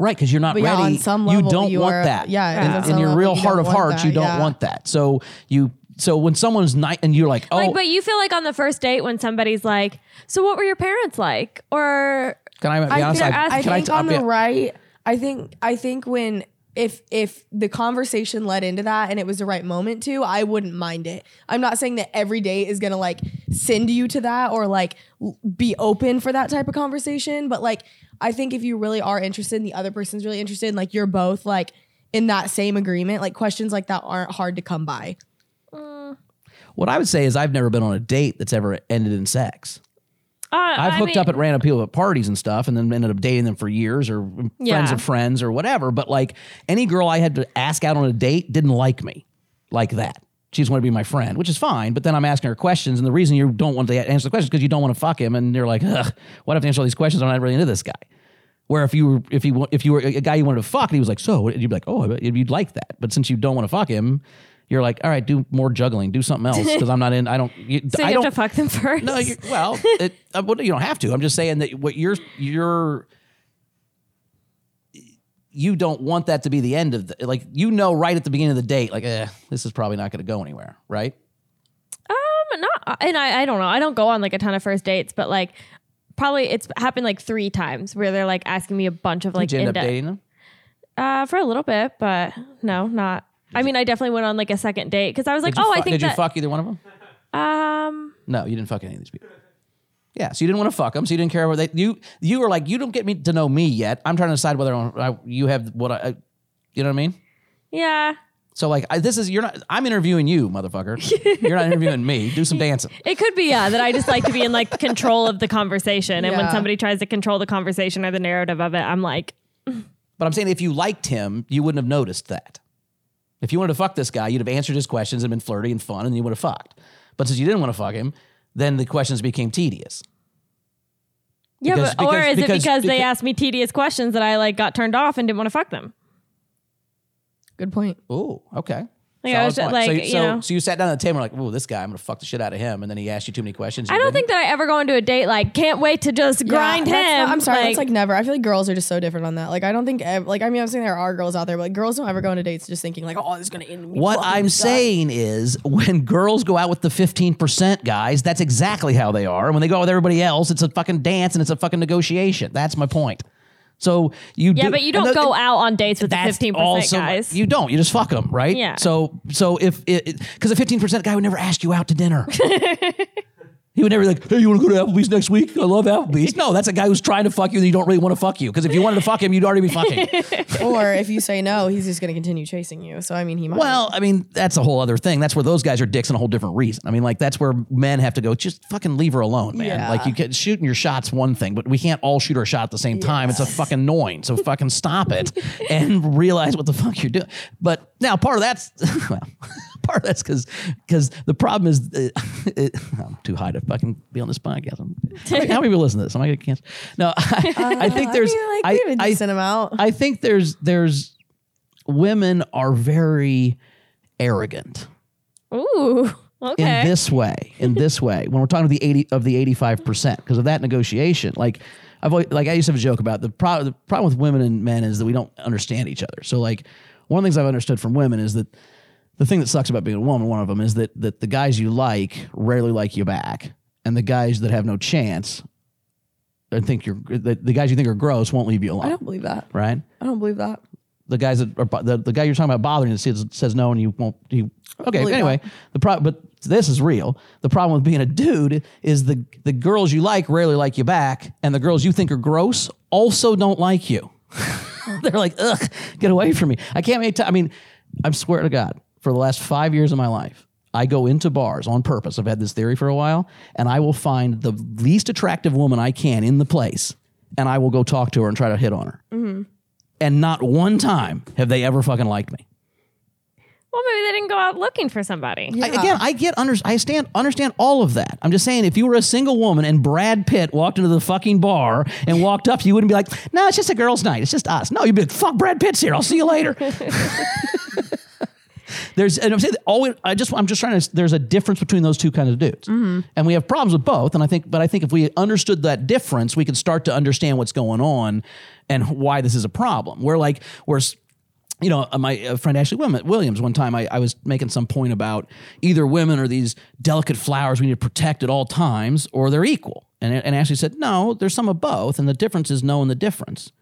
[SPEAKER 3] Right, because you're not
[SPEAKER 1] But
[SPEAKER 3] ready.
[SPEAKER 1] yeah, on some level,
[SPEAKER 3] you don't
[SPEAKER 1] you
[SPEAKER 3] want
[SPEAKER 1] are-
[SPEAKER 3] that.
[SPEAKER 1] yeah,
[SPEAKER 3] In-
[SPEAKER 1] on
[SPEAKER 3] in,
[SPEAKER 1] some
[SPEAKER 3] your
[SPEAKER 1] level,
[SPEAKER 3] real
[SPEAKER 1] you
[SPEAKER 3] heart
[SPEAKER 1] don't
[SPEAKER 3] of
[SPEAKER 1] want
[SPEAKER 3] hearts,
[SPEAKER 1] that,
[SPEAKER 3] you don't
[SPEAKER 1] yeah.
[SPEAKER 3] want that. So you, so when someone's night and you're like, oh,
[SPEAKER 2] Like, but you feel like on the first date when somebody's like, "So what were your parents like?" or
[SPEAKER 3] can I be honest?
[SPEAKER 2] think- I
[SPEAKER 1] I
[SPEAKER 3] can
[SPEAKER 1] think
[SPEAKER 3] t-
[SPEAKER 1] on
[SPEAKER 3] I'll
[SPEAKER 1] the
[SPEAKER 3] be-
[SPEAKER 1] right. I think I think when if if the conversation led into that and it was the right moment to, I wouldn't mind it. I'm not saying that every day is gonna like send you to that or like l- be open for that type of conversation, but like I think if you really are interested and the other person's really interested, and like you're both like in that same agreement, like questions like that aren't hard to come by.
[SPEAKER 3] What I would say is I've never been on a date that's ever ended in sex.
[SPEAKER 2] uh,
[SPEAKER 3] I've hooked up at random people at parties and stuff, and then ended up dating them for years or friends
[SPEAKER 2] Yeah.
[SPEAKER 3] of friends or whatever. But like any girl I had to ask out on a date didn't like me like that. She just wanted to be my friend, which is fine. But then I'm asking her questions, and the reason you don't want to answer the questions is because you don't want to fuck him, and you're like, Ugh, why do I have to answer all these questions? I'm not really into this guy. Where if you were if you wa- if you were a guy you wanted to fuck, and he was like, so you'd be like, oh, I bet you'd like that. But since you don't want to fuck him, you're like, all right, do more juggling, do something else because I'm not in. I don't. You,
[SPEAKER 2] <laughs> So you
[SPEAKER 3] I
[SPEAKER 2] have
[SPEAKER 3] don't
[SPEAKER 2] to fuck them first.
[SPEAKER 3] <laughs> no, you well, it, uh, well, you don't have to. I'm just saying that what you're you're you don't want that to be the end of the like you know right at the beginning of the date like eh, this is probably not going to go anywhere, right?
[SPEAKER 2] Um, not, and I, I don't know. I don't go on like a ton of first dates, but like probably it's happened like three times where they're like asking me a bunch of like
[SPEAKER 3] Did you end up
[SPEAKER 2] in-depth-
[SPEAKER 3] dating them?
[SPEAKER 2] uh, for a little bit, but no, not. I mean, I definitely went on like a second date because I was like,
[SPEAKER 3] Did you
[SPEAKER 2] oh, I
[SPEAKER 3] fuck-
[SPEAKER 2] think
[SPEAKER 3] did
[SPEAKER 2] that.
[SPEAKER 3] you fuck either one of them?
[SPEAKER 2] Um,
[SPEAKER 3] No, you didn't fuck any of these people. Yeah, so you didn't want to fuck them, so you didn't care what they you you were like you don't get me to know me yet. I'm trying to decide whether I, I, you have what I, I you know what I mean.
[SPEAKER 2] yeah,
[SPEAKER 3] So like I, this is you're not I'm interviewing you, motherfucker. <laughs> you're not interviewing me. Do some dancing.
[SPEAKER 2] it could be yeah that I just like to be in like <laughs> control of the conversation, and when
[SPEAKER 1] Yeah.
[SPEAKER 2] somebody tries to control the conversation or the narrative of it, I'm like,
[SPEAKER 3] But I'm saying if you liked him, you wouldn't have noticed that. If you wanted to fuck this guy, you'd have answered his questions and been flirty and fun, and you would have fucked. But since you didn't want to fuck him, then the questions became tedious.
[SPEAKER 2] yeah,
[SPEAKER 3] Because-
[SPEAKER 2] but or
[SPEAKER 3] because-
[SPEAKER 2] is it
[SPEAKER 3] because-
[SPEAKER 2] because, they
[SPEAKER 3] because-
[SPEAKER 2] asked me tedious questions that I like got turned off and didn't want to fuck them?
[SPEAKER 1] Good point.
[SPEAKER 3] Ooh, okay.
[SPEAKER 2] Like,
[SPEAKER 3] Solid
[SPEAKER 2] I was just,
[SPEAKER 3] point.
[SPEAKER 2] like,
[SPEAKER 3] so,
[SPEAKER 2] you
[SPEAKER 3] so,
[SPEAKER 2] know.
[SPEAKER 3] so you sat down at the table and were like, ooh, this guy, I'm gonna fuck the shit out of him, and then he asked you too many questions.
[SPEAKER 2] I don't think that I ever go into a date like can't wait to just grind
[SPEAKER 1] Yeah, that's
[SPEAKER 2] him.
[SPEAKER 1] not- I'm sorry, that's like never. I feel like girls are just so different on that. Like I don't think ev- like I mean I'm saying there are girls out there, but like, girls don't ever go into dates just thinking like oh this is gonna end. in me
[SPEAKER 3] What
[SPEAKER 1] fucking
[SPEAKER 3] I'm
[SPEAKER 1] this guy.
[SPEAKER 3] saying is, when girls go out with the 15% guys, that's exactly how they are. And when they go out with everybody else, it's a fucking dance and it's a fucking negotiation. That's my point. So you
[SPEAKER 2] yeah,
[SPEAKER 3] do,
[SPEAKER 2] but you
[SPEAKER 3] and
[SPEAKER 2] don't
[SPEAKER 3] tho-
[SPEAKER 2] go out on dates with the 15% guys.
[SPEAKER 3] You don't. You just fuck them, right?
[SPEAKER 2] Yeah.
[SPEAKER 3] So so if because a fifteen percent guy would never ask you out
[SPEAKER 2] <laughs>
[SPEAKER 3] to dinner. He would never be like, hey, you want to go to Applebee's next week? I love Applebee's. No, that's a guy who's trying to fuck you that you don't really want to fuck you. Because if you wanted to fuck him, you'd already be
[SPEAKER 1] <laughs>
[SPEAKER 3] fucking.
[SPEAKER 1] or if you say no, he's just gonna continue chasing you. So I mean he might.
[SPEAKER 3] well, I mean, that's a whole other thing. That's where those guys are dicks in a whole different reason. I mean, like, that's where men have to go, just fucking leave her alone, man.
[SPEAKER 1] Yeah.
[SPEAKER 3] Like, you can shooting your shot's one thing, but we can't all shoot our shot at the same time. It's a fucking annoying. So fucking
[SPEAKER 1] <laughs>
[SPEAKER 3] stop it and realize what the fuck you're doing. But now part of that's, <laughs> well, part of that's because because the problem is, uh, <laughs> it, I'm too high to fucking be on this podcast. I'm- How many, how many people listen to this? Am I going to cancel? No, <laughs> I, I think there's,
[SPEAKER 1] Uh, I mean, like
[SPEAKER 3] I-
[SPEAKER 1] we have a
[SPEAKER 3] I-
[SPEAKER 1] decent amount.
[SPEAKER 3] I think there's there's women are very arrogant
[SPEAKER 2] Ooh, okay.
[SPEAKER 3] in this way.
[SPEAKER 1] <laughs>
[SPEAKER 3] In this way, when we're talking of the eighty of the eighty five percent, because of that negotiation, like. I've always, like I used to have a joke about the, pro- the problem with women and men is that we don't understand each other. So like one of the things I've understood from women is that the thing that sucks about being a woman, one of them is that that the guys you like rarely like you back, and the guys that have no chance, I think you're the, the guys you think are gross won't leave you
[SPEAKER 1] I
[SPEAKER 3] alone,
[SPEAKER 1] don't believe that.
[SPEAKER 3] right?
[SPEAKER 1] I don't believe that.
[SPEAKER 3] the guys that are bo- the, the guy you're talking about bothering you says, says no and you won't you okay
[SPEAKER 1] Believe
[SPEAKER 3] anyway the problem but this is real the problem with being a dude is the the girls you like rarely like you back and the girls you think are gross also don't like you <laughs> they're like ugh get away from me i can't make time i mean i swear to god for the last five years of my life i go into bars on purpose i've had this theory for a while and i will find the least attractive woman i can in the place and i will go talk to her and try to hit on her and not one time have they ever fucking liked me.
[SPEAKER 2] well, maybe they didn't go out looking for somebody.
[SPEAKER 3] I, again, I get under, I stand understand all of that. I'm just saying, if you were a single woman and Brad Pitt walked into the fucking bar and walked up, to you wouldn't be like, "No, it's just a girls' night. It's just us." No, you'd be like, "Fuck, Brad Pitt's here. I'll see you later." There's, and I'm saying, that always, I just, I'm just trying to. There's a difference between those two kinds of dudes, and we have problems with both. And I think, but I think if we understood that difference, we could start to understand what's going on and why this is a problem. We're like, we're, s- you know, uh, my uh, friend Ashley Wilm- Williams. One time, I, I was making some point about either women are these delicate flowers we need to protect at all times, or they're equal. And, and Ashley said, no, there's some of both, and the difference is knowing the difference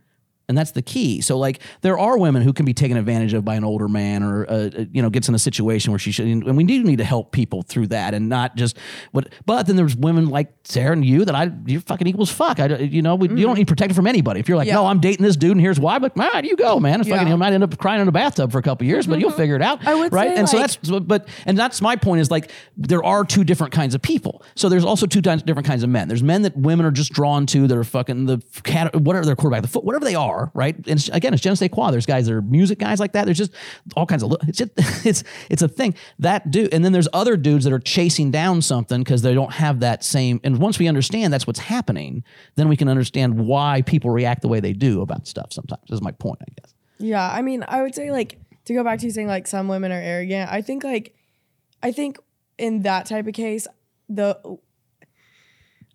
[SPEAKER 3] And that's the key. So like there are women who can be taken advantage of by an older man or uh, uh, you know gets in a situation where she should and we do need to help people through that and not just what but then there's women like Sarah and you that I you're fucking equals fuck. I don't- you know we, you don't need protected from anybody. If you're like
[SPEAKER 1] Mm. Yeah.
[SPEAKER 3] no I'm dating this dude and here's why but man you go man. It's fucking
[SPEAKER 1] Yeah. Mm-hmm.
[SPEAKER 3] I might end up crying in a bathtub for a couple years but you'll figure it out.
[SPEAKER 1] I would
[SPEAKER 3] right?
[SPEAKER 1] say,
[SPEAKER 3] and so
[SPEAKER 1] like-
[SPEAKER 3] that's so- but and that's my point is like there are two different kinds of people. So there's also two di- different kinds of men. There's men that women are just drawn to that are fucking the f- cat, whatever their quarterback, the foot, whatever they are, right? And it's- again, it's je ne sais quoi. There's guys that are music guys like that. There's just all kinds of li- it's just, <laughs> it's it's a thing that dude. And then there's other dudes that are chasing down something because they don't have that same. And once we understand that's what's happening, then we can understand why people react the way they do about stuff. Sometimes this is my point, I guess.
[SPEAKER 1] Yeah, I mean, I would say like to go back to you saying like some women are arrogant. I think like I think in that type of case, the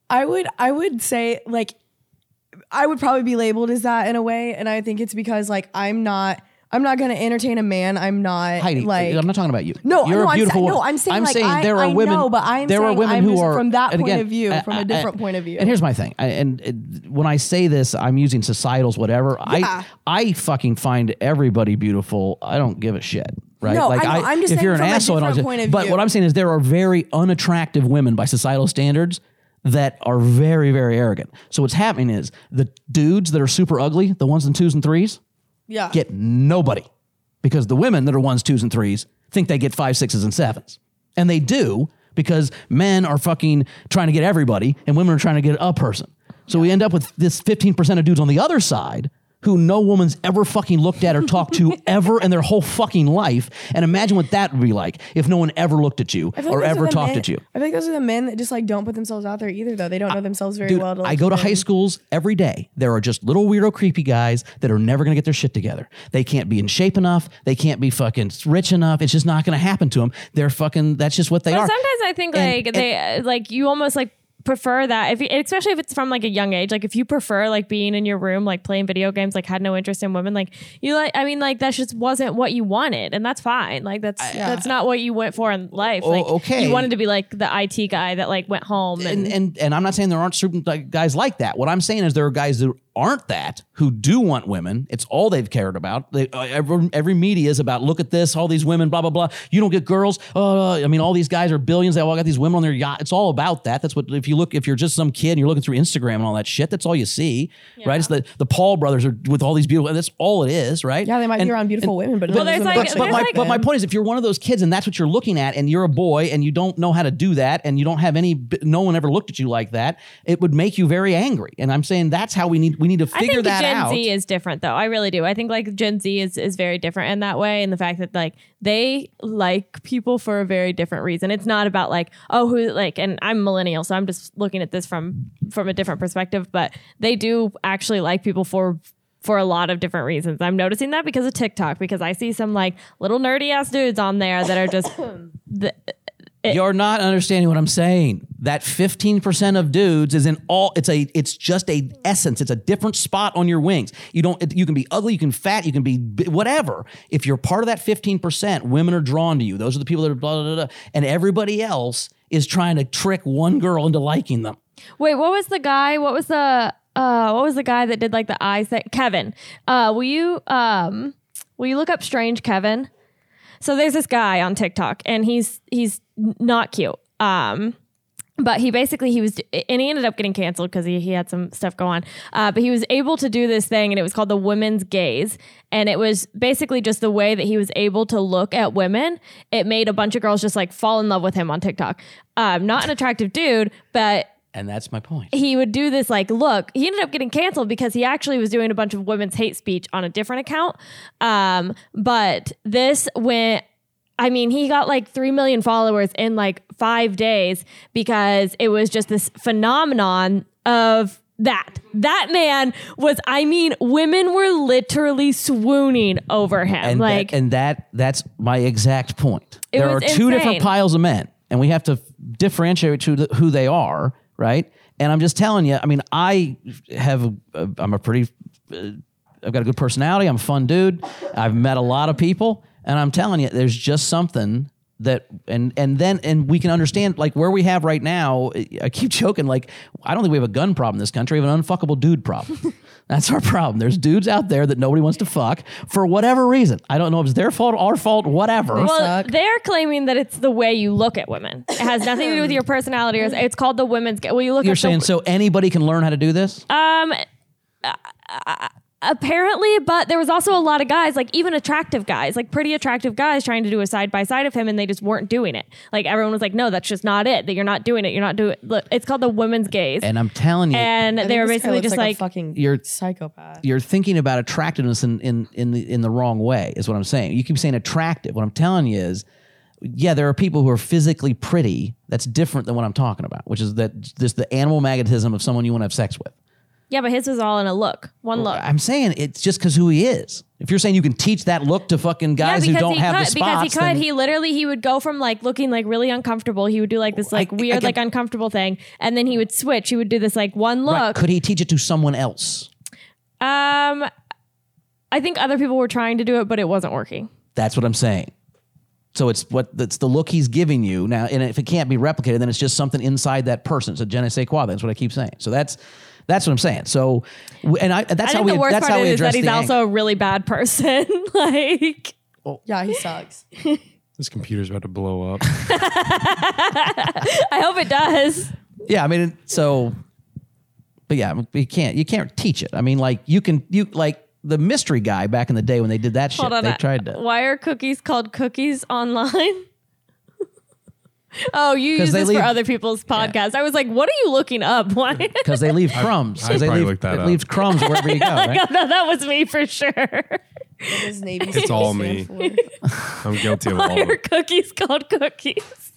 [SPEAKER 1] I would I would say like I would probably be labeled as that in a way, and I think it's because like I'm not I'm not gonna entertain a man. I'm not
[SPEAKER 3] Heidi,
[SPEAKER 1] like
[SPEAKER 3] I'm not talking about you.
[SPEAKER 1] No,
[SPEAKER 3] you're
[SPEAKER 1] no,
[SPEAKER 3] a
[SPEAKER 1] I'm
[SPEAKER 3] beautiful
[SPEAKER 1] sa-
[SPEAKER 3] woman.
[SPEAKER 1] no, I'm saying, like, I-
[SPEAKER 3] there are
[SPEAKER 1] I
[SPEAKER 3] women.
[SPEAKER 1] know, but I'm
[SPEAKER 3] there are
[SPEAKER 1] saying
[SPEAKER 3] women
[SPEAKER 1] I'm
[SPEAKER 3] who
[SPEAKER 1] just-
[SPEAKER 3] are
[SPEAKER 1] from that
[SPEAKER 3] and
[SPEAKER 1] point
[SPEAKER 3] again,
[SPEAKER 1] of view,
[SPEAKER 3] I-
[SPEAKER 1] from a
[SPEAKER 3] I-
[SPEAKER 1] different
[SPEAKER 3] I-
[SPEAKER 1] point of view.
[SPEAKER 3] And here's my thing, I, and it, when I say this, I'm using societals, whatever.
[SPEAKER 1] Yeah.
[SPEAKER 3] I I fucking find everybody beautiful. I don't give a shit. Right?
[SPEAKER 1] No, I know. I'm just
[SPEAKER 3] if
[SPEAKER 1] saying
[SPEAKER 3] you're an
[SPEAKER 1] from a
[SPEAKER 3] asshole, I don't
[SPEAKER 1] different
[SPEAKER 3] just-
[SPEAKER 1] point of
[SPEAKER 3] but
[SPEAKER 1] view.
[SPEAKER 3] what I'm saying is there are very unattractive women by societal standards that are very, very arrogant. So what's happening is the dudes that are super ugly, the ones and twos and threes,
[SPEAKER 1] yeah.
[SPEAKER 3] get nobody because the women that are ones, twos, and threes think they get five, sixes, and sevens. And they do because men are fucking trying to get everybody and women are trying to get a person. So we end up with this 15% of dudes on the other side who no woman's ever fucking looked at or talked to ever in their whole fucking life. And imagine what that would be like if no one ever looked at you
[SPEAKER 1] I feel like
[SPEAKER 3] or
[SPEAKER 1] those are
[SPEAKER 3] ever
[SPEAKER 1] the
[SPEAKER 3] talked
[SPEAKER 1] men-
[SPEAKER 3] at you.
[SPEAKER 1] I think those are the men that just like don't put themselves out there either, though. They don't know themselves very
[SPEAKER 3] Dude,
[SPEAKER 1] well. To, like,
[SPEAKER 3] I go to
[SPEAKER 1] even-
[SPEAKER 3] high schools every day. There are just little weirdo, creepy guys that are never going to get their shit together. They can't be in shape enough. They can't be fucking rich enough. It's just not going to happen to them. They're fucking. That's just what they
[SPEAKER 2] But
[SPEAKER 3] are.
[SPEAKER 2] sometimes I think
[SPEAKER 3] And-
[SPEAKER 2] like they uh, like you almost like prefer that if you, especially if it's from like a young age like if you prefer like being in your room like playing video games like had no interest in women like you like I mean like that just wasn't what you wanted and that's fine like that's that's not what you went for in life
[SPEAKER 3] Oh,
[SPEAKER 2] like
[SPEAKER 3] okay.
[SPEAKER 2] you wanted to be like the IT guy that like went home and,
[SPEAKER 3] and, and and I'm not saying there aren't certain like, guys like that. What I'm saying is there are guys that aren't that who do want women. It's all they've cared about. They, uh, every, every media is about look at this, all these women, blah blah blah. You don't get girls. Uh, I mean, all these guys are billions. They all got these women on their yacht. It's all about that. That's what if you look if you're just some kid and you're looking through Instagram and all that shit. That's all you see, right? It's the the Paul brothers are with all these beautiful. That's all it is, right?
[SPEAKER 1] Yeah, they might
[SPEAKER 3] And-
[SPEAKER 1] be around beautiful women, but it
[SPEAKER 2] Well,
[SPEAKER 1] doesn't
[SPEAKER 2] there's,
[SPEAKER 1] make
[SPEAKER 2] like-
[SPEAKER 1] sense.
[SPEAKER 3] but, but my,
[SPEAKER 2] like-
[SPEAKER 3] but my point is if you're one of those kids and that's what you're looking at and you're a boy and you don't know how to do that and you don't have any b- no one ever looked at you like that it would make you very angry and i'm saying that's how we need we need to
[SPEAKER 2] I
[SPEAKER 3] figure
[SPEAKER 2] think
[SPEAKER 3] that
[SPEAKER 2] Gen
[SPEAKER 3] out
[SPEAKER 2] Z is different though. I really do. I think like Gen Z is is very different in that way and the fact that like they like people for a very different reason. It's not about like oh who like and I'm millennial so I'm just looking at this from from a different perspective, but they do actually like people for for a lot of different reasons. I'm noticing that because of TikTok because I see some like little nerdy ass dudes on there that are
[SPEAKER 3] <laughs>
[SPEAKER 2] just th-
[SPEAKER 3] you're not understanding what i'm saying that 15% of dudes is in all it's a it's just a essence it's a different spot on your wings you don't it, you can be ugly you can fat you can be b- whatever if you're part of that 15% women are drawn to you those are the people that are blah blah blah, blah and everybody else is trying to trick one girl into liking them
[SPEAKER 2] Wait, what was the guy? What was the uh what was the guy that did like the eyes thing? Kevin. Uh will you um will you look up strange Kevin? So there's this guy on TikTok and he's he's not cute. Um but he basically he was and he ended up getting canceled because he, he had some stuff go on uh, but he was able to do this thing and it was called the women's gaze and it was basically just the way that he was able to look at women it made a bunch of girls just like fall in love with him on tiktok um, not an attractive dude but
[SPEAKER 3] and that's my point
[SPEAKER 2] he would do this like look he ended up getting canceled because he actually was doing a bunch of women's hate speech on a different account um but this went I mean, he got like 3 million followers in like five days because it was just this phenomenon of that. That man was, I mean, women were literally swooning over him.
[SPEAKER 3] and
[SPEAKER 2] like,
[SPEAKER 3] that, and that that's my exact point.
[SPEAKER 2] It
[SPEAKER 3] There are
[SPEAKER 2] was
[SPEAKER 3] two different
[SPEAKER 2] insane.
[SPEAKER 3] piles of men, and we have to f- differentiate who, the, who they are, right? And I'm just telling you. I mean, I have a, I'm a pretty uh, I've got a good personality. I'm a fun dude. I've met a lot of people, and I'm telling you, there's just something that and and then and we can understand like where we have <laughs> <laughs> right now. I keep joking like I don't think we have a gun problem in this country. We have an unfuckable dude problem. That's our problem. There's dudes out there that nobody wants to fuck for whatever reason. I don't know if it's their fault, our fault, whatever.
[SPEAKER 2] Well,
[SPEAKER 1] suck.
[SPEAKER 2] they're claiming that it's the way you look at women. It has nothing to do with your personality. Or it's called the women's. ga- Well, you look
[SPEAKER 3] You're
[SPEAKER 2] at
[SPEAKER 3] saying
[SPEAKER 2] the,
[SPEAKER 3] so anybody can learn how to do this?
[SPEAKER 2] Um, uh, apparently, but there was also a lot of guys, like even attractive guys, like pretty attractive guys, trying to do a side by side of him, and they just weren't doing it. Like everyone was like, "No, that's just not it. That you're not doing it. You're not doing it." Look, It's called the women's gaze, and,
[SPEAKER 3] and I'm telling you,
[SPEAKER 2] they were basically just like,
[SPEAKER 1] a fucking
[SPEAKER 3] You're-
[SPEAKER 1] psychopath.
[SPEAKER 3] you're thinking about attractiveness in, in in the in the wrong way is what I'm saying. You keep saying attractive. What I'm telling you is, yeah, there are people who are physically pretty. That's different than what I'm talking about, which is that just the animal magnetism of someone you want to have sex with.
[SPEAKER 2] "Yeah, but his was all in a look, one look."
[SPEAKER 3] I'm saying it's just because who he is. If you're saying you can teach that look to fucking guys who don't
[SPEAKER 2] he
[SPEAKER 3] have
[SPEAKER 2] could,
[SPEAKER 3] the
[SPEAKER 2] because
[SPEAKER 3] spots,
[SPEAKER 2] he could.
[SPEAKER 3] then-
[SPEAKER 2] he literally he would go from like looking like really uncomfortable. He would do like this like
[SPEAKER 3] I- I
[SPEAKER 2] weird
[SPEAKER 3] can-
[SPEAKER 2] like uncomfortable thing, and then he would switch. He would do this like one
[SPEAKER 3] Right,
[SPEAKER 2] look.
[SPEAKER 3] could he teach it to someone else?
[SPEAKER 2] Um, I think other people were trying to do it, but it wasn't working.
[SPEAKER 3] That's what I'm saying. So it's what that's the look he's giving you now, and if it can't be replicated, then it's just something inside that person. So je ne sais quoi. That's what I keep saying. So that's that's what I'm saying. So w- and I that's
[SPEAKER 2] I
[SPEAKER 3] how
[SPEAKER 2] think
[SPEAKER 3] we
[SPEAKER 2] the worst
[SPEAKER 3] that's
[SPEAKER 2] part
[SPEAKER 3] how we
[SPEAKER 2] is
[SPEAKER 3] address
[SPEAKER 2] that he's
[SPEAKER 3] the
[SPEAKER 2] also
[SPEAKER 3] anger.
[SPEAKER 2] a really bad person. <laughs> like,
[SPEAKER 1] Yeah, he sucks.
[SPEAKER 4] This computer's about to blow up.
[SPEAKER 2] I hope it does.
[SPEAKER 3] yeah. I mean, so but yeah, you can't you can't teach it. I mean, like you can you like the mystery guy back in the day when they did that shit.
[SPEAKER 2] Hold on.
[SPEAKER 3] they
[SPEAKER 2] I-
[SPEAKER 3] tried to
[SPEAKER 2] Why are cookies called cookies online? <laughs> oh, you
[SPEAKER 3] 'Cause
[SPEAKER 2] use
[SPEAKER 3] they
[SPEAKER 2] this
[SPEAKER 3] leave-
[SPEAKER 2] for other people's podcasts. I was like, what are you looking up? <laughs> Why?
[SPEAKER 3] because they
[SPEAKER 4] <laughs>
[SPEAKER 3] leave crumbs. 'Cause
[SPEAKER 4] I
[SPEAKER 3] they
[SPEAKER 4] probably
[SPEAKER 3] leave,
[SPEAKER 4] looked that
[SPEAKER 3] it
[SPEAKER 4] up.
[SPEAKER 3] leaves crumbs wherever you go.
[SPEAKER 4] <laughs>
[SPEAKER 3] Right?
[SPEAKER 2] no, that was me for sure. <laughs>
[SPEAKER 1] His Navy
[SPEAKER 4] It's all me. I'm guilty of all
[SPEAKER 2] Why
[SPEAKER 4] of
[SPEAKER 2] are
[SPEAKER 4] it.
[SPEAKER 2] cookies called cookies?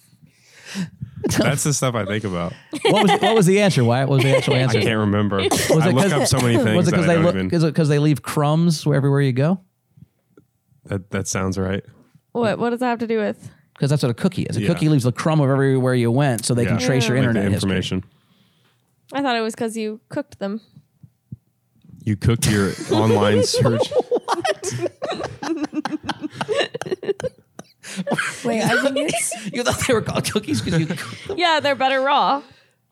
[SPEAKER 4] That's the stuff I think about.
[SPEAKER 3] What was what was the answer? Why what was the actual
[SPEAKER 4] I
[SPEAKER 3] answer?
[SPEAKER 4] can't remember.
[SPEAKER 3] Was
[SPEAKER 4] I
[SPEAKER 3] it
[SPEAKER 4] look
[SPEAKER 3] 'cause-
[SPEAKER 4] up so many
[SPEAKER 3] <laughs>
[SPEAKER 4] things
[SPEAKER 3] Was it
[SPEAKER 4] that I
[SPEAKER 3] because they
[SPEAKER 4] don't
[SPEAKER 3] look?
[SPEAKER 4] even-
[SPEAKER 3] Is it because they leave crumbs where everywhere you go?
[SPEAKER 4] That, that sounds right.
[SPEAKER 2] What? What does that have to do with?
[SPEAKER 3] Because that's what a cookie is. A
[SPEAKER 4] Yeah.
[SPEAKER 3] cookie leaves a crumb of everywhere you went, so they can
[SPEAKER 4] Yeah.
[SPEAKER 3] trace your
[SPEAKER 4] Like the
[SPEAKER 3] internet history.
[SPEAKER 4] information.
[SPEAKER 2] I thought it was because you cooked them.
[SPEAKER 4] You
[SPEAKER 3] <laughs>
[SPEAKER 4] cooked your online search.
[SPEAKER 1] <laughs> Wait, I think it's
[SPEAKER 3] You thought they were called cookies because you. <laughs>
[SPEAKER 2] Yeah, they're better raw.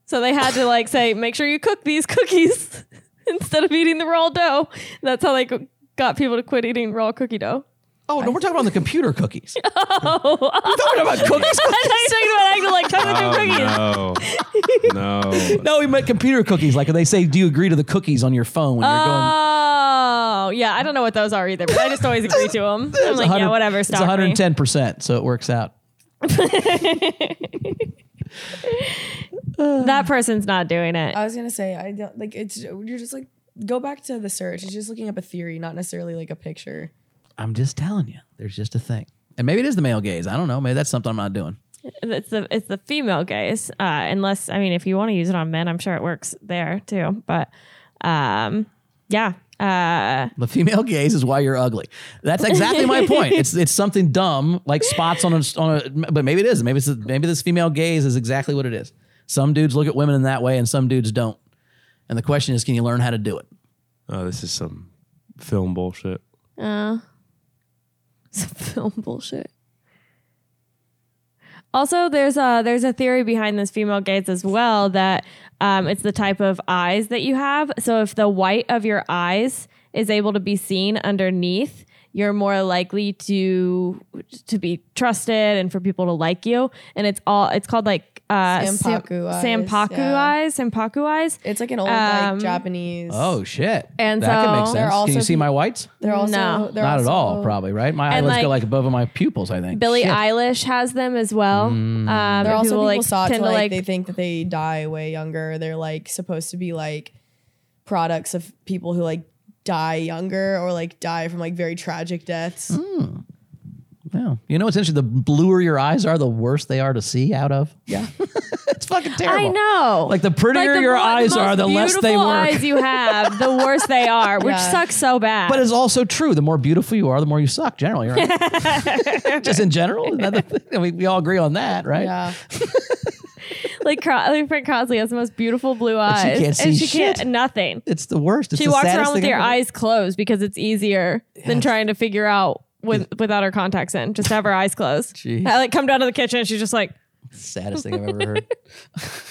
[SPEAKER 2] So they had to like say, make sure you cook these cookies <laughs> instead of eating the raw dough. That's how they go- got people to quit eating raw cookie dough. <laughs>
[SPEAKER 3] oh no, we're talking about the computer cookies. Oh, we're talking about cookies.
[SPEAKER 2] I thought you were talking about acting like chocolate chip cookies.
[SPEAKER 4] no. No.
[SPEAKER 3] no, we meant computer cookies. Like they say, do you agree to the cookies on your phone when you're going?
[SPEAKER 2] Oh, yeah. I don't know what those are either, but I just always agree to them. I'm like, yeah, whatever.
[SPEAKER 3] It's
[SPEAKER 2] Stop me.
[SPEAKER 3] 110 percent, so it works out.
[SPEAKER 2] <laughs> That person's not doing it.
[SPEAKER 1] I was gonna say I don't like it's you're just like go back to the search. It's just looking up a theory, not necessarily like a picture.
[SPEAKER 3] I'm just telling you, there's just a thing, and maybe it is the male gaze. I don't know. Maybe that's something I'm not doing.
[SPEAKER 2] It's the it's the female gaze. Uh, unless I mean, if you want to use it on men, I'm sure it works there too. But um, yeah. Uh,
[SPEAKER 3] The female gaze is why you're ugly. That's exactly my point. It's it's something dumb like spots on a on a. But maybe it is. Maybe it's maybe this female gaze is exactly what it is. Some dudes look at women in that way, and some dudes don't. And the question is, can you learn how to do it?
[SPEAKER 4] Oh, this is some film bullshit.
[SPEAKER 2] Uh, some <laughs> film bullshit. Also, there's a there's a theory behind this female gaze as well that um, it's the type of eyes that you have. So if the white of your eyes is able to be seen underneath, you're more likely to to be trusted and for people to like you. And it's all it's called like uh, sam-
[SPEAKER 1] Sanpaku eyes,
[SPEAKER 2] Sanpaku
[SPEAKER 1] yeah.
[SPEAKER 2] eyes. Sanpaku eyes.
[SPEAKER 1] It's like an old
[SPEAKER 2] Um,
[SPEAKER 1] like Japanese.
[SPEAKER 3] Oh shit!
[SPEAKER 2] And
[SPEAKER 3] that
[SPEAKER 2] so-
[SPEAKER 3] could make
[SPEAKER 1] They're
[SPEAKER 3] sense. Can you
[SPEAKER 1] also
[SPEAKER 3] see
[SPEAKER 1] peop-
[SPEAKER 3] my whites?
[SPEAKER 1] they're also
[SPEAKER 2] no.
[SPEAKER 1] they're
[SPEAKER 3] Not
[SPEAKER 1] also,
[SPEAKER 3] at all, probably. Right? My eyelids go
[SPEAKER 2] like,
[SPEAKER 3] like above my pupils. I think.
[SPEAKER 2] Billie
[SPEAKER 3] Shit.
[SPEAKER 2] Eilish has them as well. Um, and
[SPEAKER 1] They're also people
[SPEAKER 2] like,
[SPEAKER 1] sought to
[SPEAKER 2] tend
[SPEAKER 1] like, they think that they die way younger. They're like supposed to be like products of people who like die younger or like die from like very tragic deaths.
[SPEAKER 3] Yeah. You know what's interesting? The bluer your eyes are, the worse they are to see out of.
[SPEAKER 1] Yeah.
[SPEAKER 3] <laughs> It's fucking terrible.
[SPEAKER 2] I know.
[SPEAKER 3] Like the prettier
[SPEAKER 2] Like, the
[SPEAKER 3] your
[SPEAKER 2] more-
[SPEAKER 3] eyes are,
[SPEAKER 2] most
[SPEAKER 3] the less they
[SPEAKER 2] beautiful
[SPEAKER 3] work.
[SPEAKER 2] eyes you have, the worse they are, which
[SPEAKER 1] Yeah.
[SPEAKER 2] sucks so bad.
[SPEAKER 3] But it's also true. The more beautiful you are, the more you suck. Generally, right?
[SPEAKER 2] <laughs>
[SPEAKER 3] Just in general, another thing. We, we all agree on that, right?
[SPEAKER 1] Yeah.
[SPEAKER 2] like, Cro- like Frank Crosley has the most beautiful blue
[SPEAKER 3] she
[SPEAKER 2] eyes,
[SPEAKER 3] can't see
[SPEAKER 2] and she
[SPEAKER 3] shit.
[SPEAKER 2] can't nothing.
[SPEAKER 3] It's the worst. It's
[SPEAKER 2] She
[SPEAKER 3] the
[SPEAKER 2] walks
[SPEAKER 3] saddest
[SPEAKER 2] around with
[SPEAKER 3] thing
[SPEAKER 2] her
[SPEAKER 3] ever.
[SPEAKER 2] eyes closed because it's easier than trying to figure out with without her contacts in. Just have her eyes closed.
[SPEAKER 3] Jeez.
[SPEAKER 2] I like come down to the kitchen. and She's just like,
[SPEAKER 3] Saddest thing I've ever heard.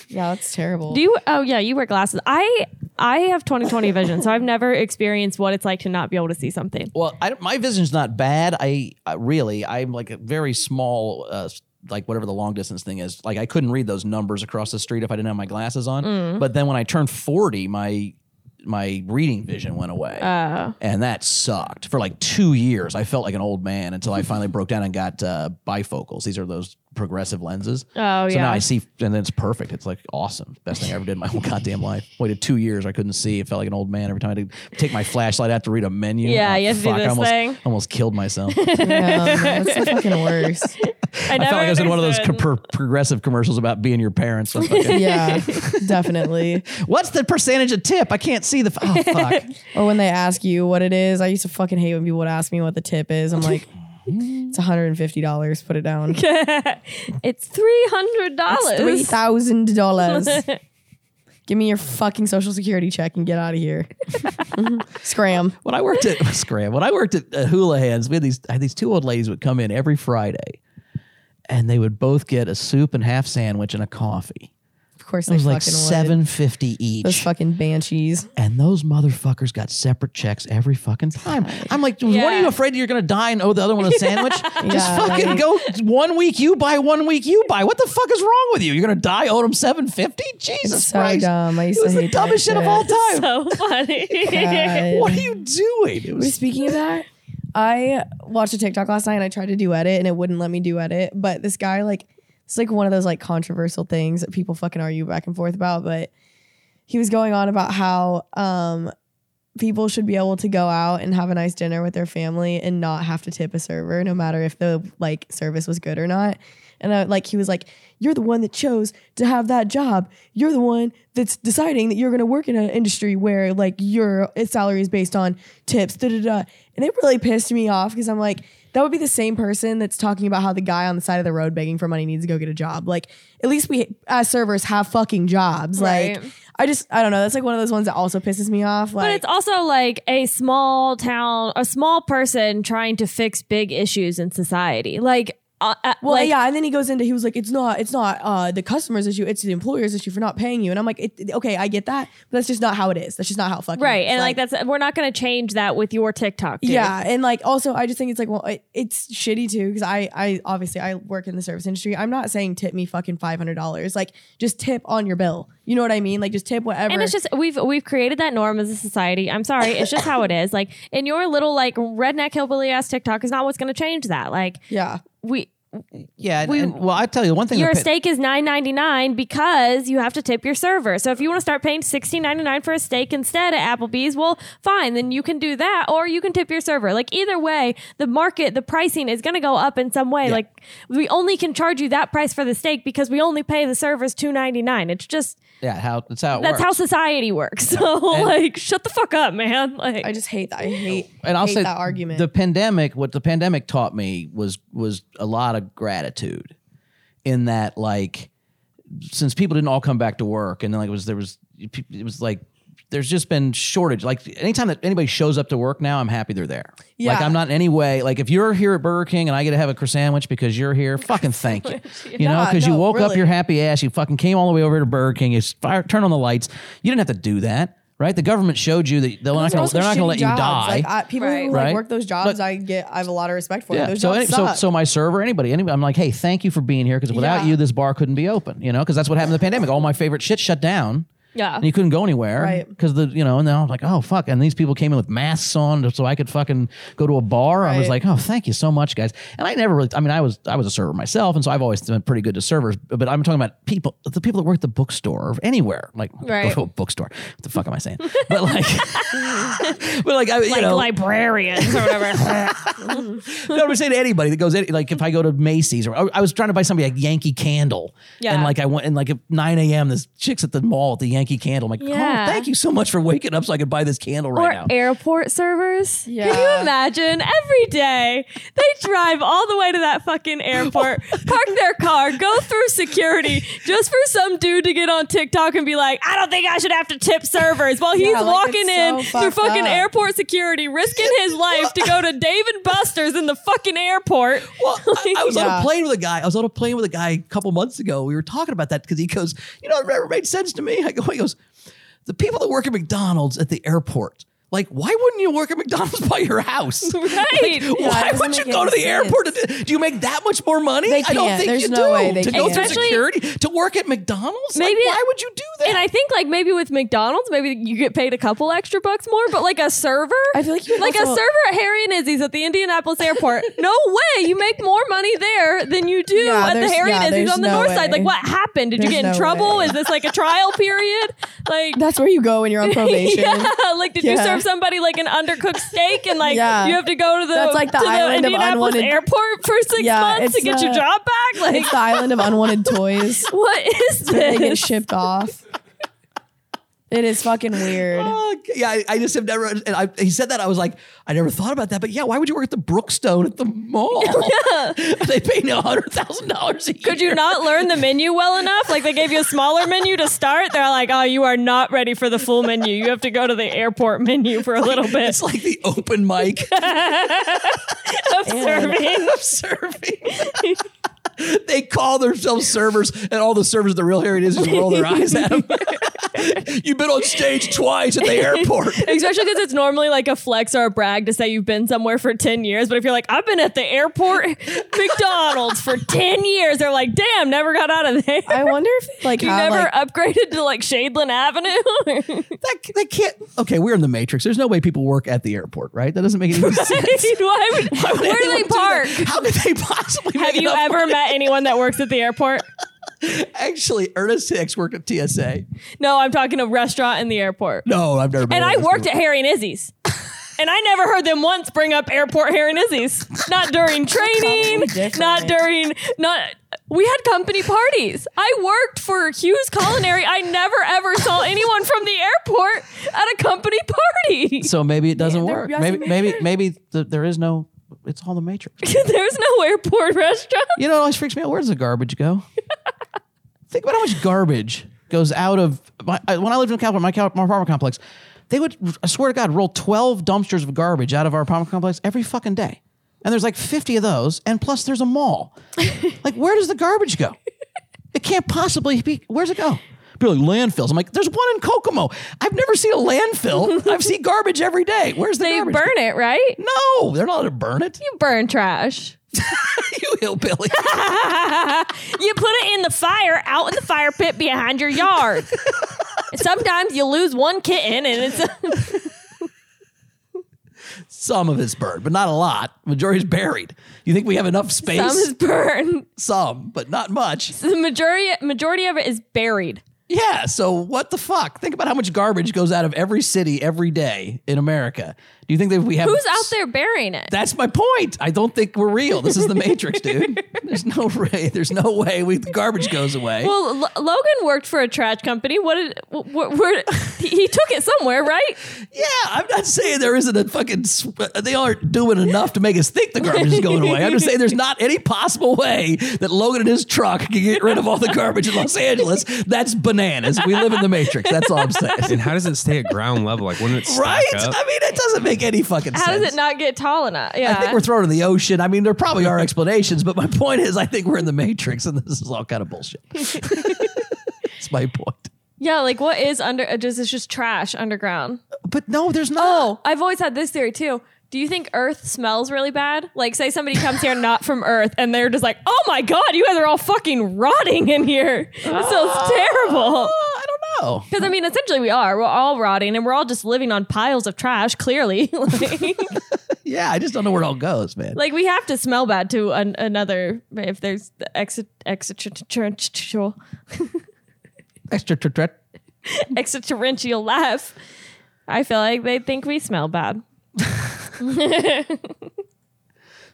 [SPEAKER 1] Yeah, that's terrible.
[SPEAKER 2] <laughs> "Do you? Oh yeah, you wear glasses. I I have 20/20 vision, so I've never experienced what it's like to not be able to see something.
[SPEAKER 3] Well, I, don't- my vision's not bad. I, I really, I'm like a very small, uh, s- like whatever the long distance thing is. Like I couldn't read those numbers across the street if I didn't have my glasses on.
[SPEAKER 2] Mm.
[SPEAKER 3] But then when I turned 40, my my reading vision went away,
[SPEAKER 2] Oh.
[SPEAKER 3] and that sucked for like two years. I felt like an old man until I finally broke down and got uh, bifocals. These are those progressive lenses.
[SPEAKER 2] Oh,
[SPEAKER 3] So now
[SPEAKER 2] yeah.
[SPEAKER 3] I see, and then it's perfect. It's like awesome. Best thing I ever did in my whole goddamn life. Waited two years. I couldn't see. It felt like an old man every time I did take my flashlight out to read a menu.
[SPEAKER 2] Yeah,
[SPEAKER 3] Oh,
[SPEAKER 2] you have to do
[SPEAKER 3] fuck, I
[SPEAKER 2] this
[SPEAKER 3] almost,
[SPEAKER 2] thing.
[SPEAKER 3] Almost
[SPEAKER 2] <laughs>
[SPEAKER 3] killed myself. I
[SPEAKER 1] that's the fucking worst.
[SPEAKER 2] I, never
[SPEAKER 3] felt like I was in one of those
[SPEAKER 2] understood.
[SPEAKER 3] pro- progressive commercials about being your parents.
[SPEAKER 2] <laughs>
[SPEAKER 3] I'm fucking-
[SPEAKER 1] Yeah, definitely.
[SPEAKER 3] What's the percentage of tip? I can't see the. F- oh
[SPEAKER 2] <laughs>
[SPEAKER 3] fuck.
[SPEAKER 1] Or when they ask you what it is, I used to fucking hate when people would ask me what the tip is. I'm
[SPEAKER 3] <laughs>
[SPEAKER 1] like, it's $150. Put it down.
[SPEAKER 2] <laughs> it's three hundred
[SPEAKER 1] Three
[SPEAKER 2] dollars.
[SPEAKER 1] thousand
[SPEAKER 2] <laughs>
[SPEAKER 1] dollars. Give me your fucking social security check and get out of here. Mm-hmm. Scram.
[SPEAKER 3] When I worked at <laughs> Scram, when I worked at uh, Hula Hands, we had these I had these two old ladies would come in every Friday, and they would both get a soup and half sandwich and a coffee.
[SPEAKER 1] Of course,
[SPEAKER 3] It
[SPEAKER 1] they
[SPEAKER 3] was like
[SPEAKER 1] fucking would.
[SPEAKER 3] seven fifty each.
[SPEAKER 1] Those fucking banshees.
[SPEAKER 3] and those motherfuckers got separate checks every fucking time. I'm like, what are
[SPEAKER 2] Yeah.
[SPEAKER 3] you afraid you're gonna die and owe the
[SPEAKER 1] <laughs>
[SPEAKER 3] other one a sandwich? Just
[SPEAKER 1] Yeah,
[SPEAKER 3] fucking
[SPEAKER 1] like-
[SPEAKER 3] go one week you buy, one week you buy. What the fuck is wrong with you? You're gonna die owed them seven fifty? Jesus
[SPEAKER 1] So
[SPEAKER 3] Christ!
[SPEAKER 1] dumb. I used
[SPEAKER 3] it was
[SPEAKER 1] to
[SPEAKER 3] the
[SPEAKER 1] hate that
[SPEAKER 3] dumbest shit of
[SPEAKER 1] shit. <laughs>
[SPEAKER 3] all time.
[SPEAKER 2] <laughs> So funny.
[SPEAKER 3] <laughs> what are you doing? It was
[SPEAKER 1] Speaking of that, I watched a TikTok last night and I tried to do edit and it wouldn't let me do edit. But this guy, like, it's like one of those like controversial things that people fucking argue back and forth about. But he was going on about how um, people should be able to go out and have a nice dinner with their family and not have to tip a server, no matter if the like service was good or not. And I, like he was like, "You're the one that chose to have that job. You're the one that's deciding that you're going to work in an industry where like your salary is based on tips." Da da da. And it really pissed me off because I'm like, that would be the same person that's talking about how the guy on the side of the road begging for money needs to go get a job. Like, at least we as servers have fucking jobs. Like,
[SPEAKER 2] Right.
[SPEAKER 1] I just I don't know. That's like one of those ones that also pisses me off. Like,
[SPEAKER 2] But it's also like a small town, a small person trying to fix big issues in society. Like, uh, uh,
[SPEAKER 1] Well,
[SPEAKER 2] like,
[SPEAKER 1] yeah, and then he goes into he was like, it's not, it's not uh, the customer's issue, it's the employer's issue for not paying you. And I'm like, it, it- okay, I get that, but that's just not how it is. That's just not how it fucking
[SPEAKER 2] right.
[SPEAKER 1] is.
[SPEAKER 2] And like, that's we're not going to change that with your TikTok. dude.
[SPEAKER 1] yeah, and like also, I just think it's like, well, it, it's shitty too because I, I obviously I work in the service industry. I'm not saying tip me fucking five hundred dollars, like just tip on your bill. You know what I mean? Like just tip whatever.
[SPEAKER 2] And it's just we've we've created that norm as a society. I'm sorry, it's just how it is. Like, in your little like redneck hillbilly ass TikTok is not what's going to change that. Like,
[SPEAKER 1] yeah,
[SPEAKER 2] we
[SPEAKER 3] yeah. And,
[SPEAKER 2] We-
[SPEAKER 3] and- well, I tell you one thing.
[SPEAKER 2] your
[SPEAKER 3] that pi-
[SPEAKER 2] steak is nine ninety nine because you have to tip your server. So if you want to start paying sixteen ninety nine for a steak instead at Applebee's, well, fine, then you can do that, or you can tip your server. Like either way, the market, the pricing is going to go up in some way. Like we only can charge you that price for the steak because we only pay the servers two ninety nine. It's just
[SPEAKER 3] yeah, how that's how it
[SPEAKER 2] that's
[SPEAKER 3] works.
[SPEAKER 2] how society works. <laughs> So like, shut the fuck up, man. Like
[SPEAKER 1] I just hate that. I hate
[SPEAKER 3] and I'll
[SPEAKER 1] hate
[SPEAKER 3] say
[SPEAKER 1] that argument.
[SPEAKER 3] The pandemic, what the pandemic taught me was was a lot of gratitude, in that like, since people didn't all come back to work, and then like it was there was it was like there's just been shortage. Like anytime that anybody shows up to work now, I'm happy they're there.
[SPEAKER 1] Yeah.
[SPEAKER 3] Like I'm not in any way like if you're here at Burger King and I get to have a croissant sandwich because
[SPEAKER 1] <laughs>
[SPEAKER 3] you're here, fucking thank you. You know,
[SPEAKER 1] Yeah,
[SPEAKER 3] because you
[SPEAKER 1] no,
[SPEAKER 3] woke up
[SPEAKER 1] really.
[SPEAKER 3] your happy ass, you fucking came all the way over to Burger King, you fire, turn on the lights. You didn't have to do that. Right, the government showed you that they're
[SPEAKER 1] Those are
[SPEAKER 3] not going.
[SPEAKER 1] also
[SPEAKER 3] They're not going to
[SPEAKER 1] shitty
[SPEAKER 3] let you
[SPEAKER 1] jobs.
[SPEAKER 3] die.
[SPEAKER 1] Like I, people who like
[SPEAKER 3] Right.
[SPEAKER 1] work those jobs, I get I have a lot of respect for. Yeah. Those
[SPEAKER 3] so,
[SPEAKER 1] jobs
[SPEAKER 3] any- so
[SPEAKER 1] suck.
[SPEAKER 3] so my server, anybody, anybody, I'm like, hey, thank you for being here because without
[SPEAKER 1] Yeah.
[SPEAKER 3] you, this bar couldn't be open. You know, because that's what happened in the pandemic. All my favorite shit shut down.
[SPEAKER 2] Yeah.
[SPEAKER 3] and you couldn't go anywhere,
[SPEAKER 1] Right.
[SPEAKER 3] Because the you know, and then I'm like, oh fuck, and these people came in with masks on so I could fucking go to a bar. I was
[SPEAKER 1] Right.
[SPEAKER 3] like, oh, thank you so much, guys. And I never really, I mean, I was I was a server myself, and so I've always been pretty good to servers. But I'm talking about people, the people that work at the bookstore or anywhere, like
[SPEAKER 2] Right.
[SPEAKER 3] go to a bookstore. What the fuck am I saying? but like, <laughs> but like, I, you
[SPEAKER 2] like
[SPEAKER 3] know,
[SPEAKER 2] librarians or whatever.
[SPEAKER 3] no, I'm saying to anybody that goes in, like if I go to Macy's or I was trying to buy somebody a Yankee Candle,
[SPEAKER 2] Yeah.
[SPEAKER 3] and like I went and like at 9 a.m. this chick's at the mall at the Yankee Candle. I'm like,
[SPEAKER 2] Yeah.
[SPEAKER 3] oh, thank you so much for waking up so I could buy this candle right
[SPEAKER 2] or
[SPEAKER 3] now.
[SPEAKER 2] airport servers. Can you
[SPEAKER 1] Yeah.
[SPEAKER 2] imagine every day they drive all the way to that fucking
[SPEAKER 3] <laughs>
[SPEAKER 2] airport, park their car, go through security just for some dude to get on TikTok and be like, I don't think I should have to tip servers while he's
[SPEAKER 1] like,
[SPEAKER 2] walking
[SPEAKER 1] it's
[SPEAKER 2] in
[SPEAKER 1] so
[SPEAKER 2] through
[SPEAKER 1] fucked
[SPEAKER 2] fucking
[SPEAKER 1] up.
[SPEAKER 2] airport security, risking his life to go to Dave and Buster's in the fucking airport.
[SPEAKER 3] Well, I, I was on
[SPEAKER 1] Yeah.
[SPEAKER 3] a plane with a guy. I was on a plane with a guy a couple months ago. We were talking about that because he goes, you know, it never made sense to me. I go, he goes, the people that work at McDonald's at the airport. Like, why wouldn't you work at McDonald's by
[SPEAKER 2] <laughs>
[SPEAKER 3] your house? <laughs>
[SPEAKER 2] Right.
[SPEAKER 3] why
[SPEAKER 1] doesn't
[SPEAKER 3] would you
[SPEAKER 1] make
[SPEAKER 3] go to the
[SPEAKER 1] any
[SPEAKER 3] airport? To, do do you make that much more money?
[SPEAKER 1] They
[SPEAKER 3] I don't
[SPEAKER 1] can't.
[SPEAKER 3] think
[SPEAKER 1] There's
[SPEAKER 3] you
[SPEAKER 1] no
[SPEAKER 3] do.
[SPEAKER 1] way they
[SPEAKER 3] to go
[SPEAKER 1] can't.
[SPEAKER 3] through
[SPEAKER 2] Especially-
[SPEAKER 3] security to work at McDonald's. Like,
[SPEAKER 2] Maybe-
[SPEAKER 3] why would you do that?
[SPEAKER 2] And I think like maybe with McDonald's, maybe you get paid a couple extra bucks more, but like a server,
[SPEAKER 1] I feel like you
[SPEAKER 2] like
[SPEAKER 1] also-
[SPEAKER 2] a server at Harry and Izzy's at the
[SPEAKER 1] <laughs>
[SPEAKER 2] Indianapolis airport. no way, you make more money there than you do
[SPEAKER 1] Yeah,
[SPEAKER 2] at the
[SPEAKER 1] there's-
[SPEAKER 2] Harry
[SPEAKER 1] yeah,
[SPEAKER 2] and Izzy's
[SPEAKER 1] there's
[SPEAKER 2] on the
[SPEAKER 1] no
[SPEAKER 2] north side.
[SPEAKER 1] way.
[SPEAKER 2] Like, what happened? Did you
[SPEAKER 1] There's
[SPEAKER 2] get in
[SPEAKER 1] no
[SPEAKER 2] trouble?
[SPEAKER 1] way.
[SPEAKER 2] Is this like a trial period? Like.
[SPEAKER 1] <laughs> That's where you go when
[SPEAKER 3] <laughs>
[SPEAKER 1] you're on probation.
[SPEAKER 2] <laughs> Yeah, like did you
[SPEAKER 1] Yeah.
[SPEAKER 2] serve somebody like an undercooked steak and like
[SPEAKER 1] Yeah.
[SPEAKER 2] you have to go to the
[SPEAKER 1] That's like the
[SPEAKER 2] to
[SPEAKER 1] island of
[SPEAKER 2] Indianapolis
[SPEAKER 1] unwanted-
[SPEAKER 2] airport for six
[SPEAKER 1] Yeah,
[SPEAKER 2] months to
[SPEAKER 1] it's
[SPEAKER 2] get your
[SPEAKER 1] not-
[SPEAKER 2] job back? Like
[SPEAKER 1] It's the island of unwanted
[SPEAKER 3] <laughs>
[SPEAKER 1] toys.
[SPEAKER 2] what is
[SPEAKER 1] They get
[SPEAKER 2] this?
[SPEAKER 1] shipped off. It is fucking weird.
[SPEAKER 3] Fuck. yeah, I, I just have never. And I, he said that I was like, I never thought about that. But yeah, why would you work at the Brookstone at
[SPEAKER 2] <laughs>
[SPEAKER 3] the mall? <laughs> they pay you hundred thousand dollars a year.
[SPEAKER 2] Could you not learn the menu well enough? Like they gave you a smaller menu to start. They're like, oh, you are not ready for the full menu. You have to go to the airport menu for a little bit
[SPEAKER 3] <laughs> It's like the open
[SPEAKER 2] <laughs>
[SPEAKER 3] mic
[SPEAKER 2] of serving.
[SPEAKER 3] of serving. <laughs> they call themselves servers, and all the servers at the real Harry Disney roll their eyes
[SPEAKER 2] <laughs>
[SPEAKER 3] at them. <laughs> You've been on stage twice at the airport.
[SPEAKER 2] Especially because it's normally like a flex or a brag to say you've been somewhere for 10 years. But if you're like, I've been at the airport McDonald's for 10 years, they're like, damn, never got out of there.
[SPEAKER 1] I wonder if like
[SPEAKER 2] you
[SPEAKER 1] how
[SPEAKER 2] never
[SPEAKER 1] like,
[SPEAKER 2] upgraded to like Shadeland Avenue. <laughs>
[SPEAKER 3] That, that can't. Okay, we're in the Matrix. There's no way people work at the airport, right? That doesn't make any sense.
[SPEAKER 2] Why would,
[SPEAKER 3] Why
[SPEAKER 2] <laughs>
[SPEAKER 3] would
[SPEAKER 2] where do
[SPEAKER 3] anyone
[SPEAKER 2] they
[SPEAKER 3] do that? <laughs>
[SPEAKER 2] park?
[SPEAKER 3] How could they possibly?
[SPEAKER 2] Have
[SPEAKER 3] make
[SPEAKER 2] you
[SPEAKER 3] enough
[SPEAKER 2] ever
[SPEAKER 3] money?
[SPEAKER 2] met anyone that works at the airport?
[SPEAKER 3] Actually, Ernest Hicks worked at TSA.
[SPEAKER 2] No, I'm talking a restaurant in the airport.
[SPEAKER 3] No, I've never.
[SPEAKER 2] And I worked at Harry and Izzy's. and I never heard them once bring up airport Harry and Izzy's. Not during training,
[SPEAKER 1] different.
[SPEAKER 2] not during not we had company parties. I worked for Hughes Culinary. I never ever saw anyone from the airport at a company party. <laughs>
[SPEAKER 3] So maybe it doesn't
[SPEAKER 1] they're-
[SPEAKER 3] work.
[SPEAKER 1] yeah,
[SPEAKER 3] Maybe,
[SPEAKER 1] so
[SPEAKER 3] maybe, maybe th- there is no. It's all the Matrix.
[SPEAKER 2] There's no airport restaurant.
[SPEAKER 3] You know, it always freaks me out. Where does the
[SPEAKER 2] <laughs>
[SPEAKER 3] garbage go? Think about how much garbage goes out of my, I- when I lived in California, my, cal- my apartment complex. They would, I swear to God, roll twelve dumpsters of garbage out of our apartment complex every fucking day, and there's like fifty of those, and plus there's
[SPEAKER 2] <laughs>
[SPEAKER 3] a mall. like, where does the garbage go? It can't possibly be. Where's it go? People are like landfills. I'm like, there's one in Kokomo. I've never seen a landfill. I've seen garbage every day. Where's the
[SPEAKER 2] They
[SPEAKER 3] garbage?
[SPEAKER 2] burn it, right?
[SPEAKER 3] No, they're not allowed to burn it.
[SPEAKER 2] You burn trash.
[SPEAKER 3] <laughs> you
[SPEAKER 2] <laughs>
[SPEAKER 3] hillbilly.
[SPEAKER 2] You put it in the fire out in the fire pit behind your <laughs> yard. Sometimes you lose one kitten and it's
[SPEAKER 3] Some of it's burned, but not a lot. Majority's buried. You think we have enough space?
[SPEAKER 2] some is burned. <laughs>
[SPEAKER 3] Some, but not much.
[SPEAKER 2] the majority majority of it is buried.
[SPEAKER 3] Yeah. So what the fuck? Think about how much garbage goes out of every city every day in America. Do you think that we have
[SPEAKER 2] Who's out there burying it?
[SPEAKER 3] That's my point. I don't think we're real. This is the
[SPEAKER 2] <laughs>
[SPEAKER 3] Matrix, dude. There's no way. There's no way we the garbage goes away.
[SPEAKER 2] well, L- Logan worked for a trash company. What did <laughs> wh- wh- where, he he took it somewhere, right?
[SPEAKER 3] yeah, I'm not saying there isn't a fucking. sw- They aren't doing enough to make us think the garbage is going away. I'm just saying there's not any possible way that Logan and his truck can get rid of all the garbage in Los Angeles. That's bananas. We live in the Matrix. That's all I'm saying.
[SPEAKER 4] And how does it stay at ground level? Like, wouldn't it stack
[SPEAKER 3] Right?
[SPEAKER 4] up?
[SPEAKER 3] I mean, it doesn't make any fucking sense.
[SPEAKER 2] How does it not get tall enough? Yeah,
[SPEAKER 3] I think we're thrown in the ocean. I mean, there probably are explanations, but my point is, I think we're in the Matrix, and this is all kind
[SPEAKER 2] <laughs>
[SPEAKER 3] of bullshit. That's my point.
[SPEAKER 2] yeah. Like, what is under? uh, Just it's just trash underground.
[SPEAKER 3] But no, there's not.
[SPEAKER 2] Oh, I've always had this theory too. Do you think Earth smells really bad? Like, say somebody comes here <laughs> not from Earth, and they're just like, "Oh my god, you guys are all fucking rotting in here. This
[SPEAKER 3] Ah.
[SPEAKER 2] smells terrible."
[SPEAKER 3] I don't know.
[SPEAKER 2] Because I mean, essentially, we are. We're all rotting, and we're all just living on piles of trash. Clearly, like,
[SPEAKER 3] Yeah, I just don't know where it all goes, man.
[SPEAKER 2] like, we have to smell bad to an- another. If there's the exit, extraterrestrial,
[SPEAKER 3] Extra tr- tr-
[SPEAKER 2] extraterrestrial life, I feel like they think we smell bad.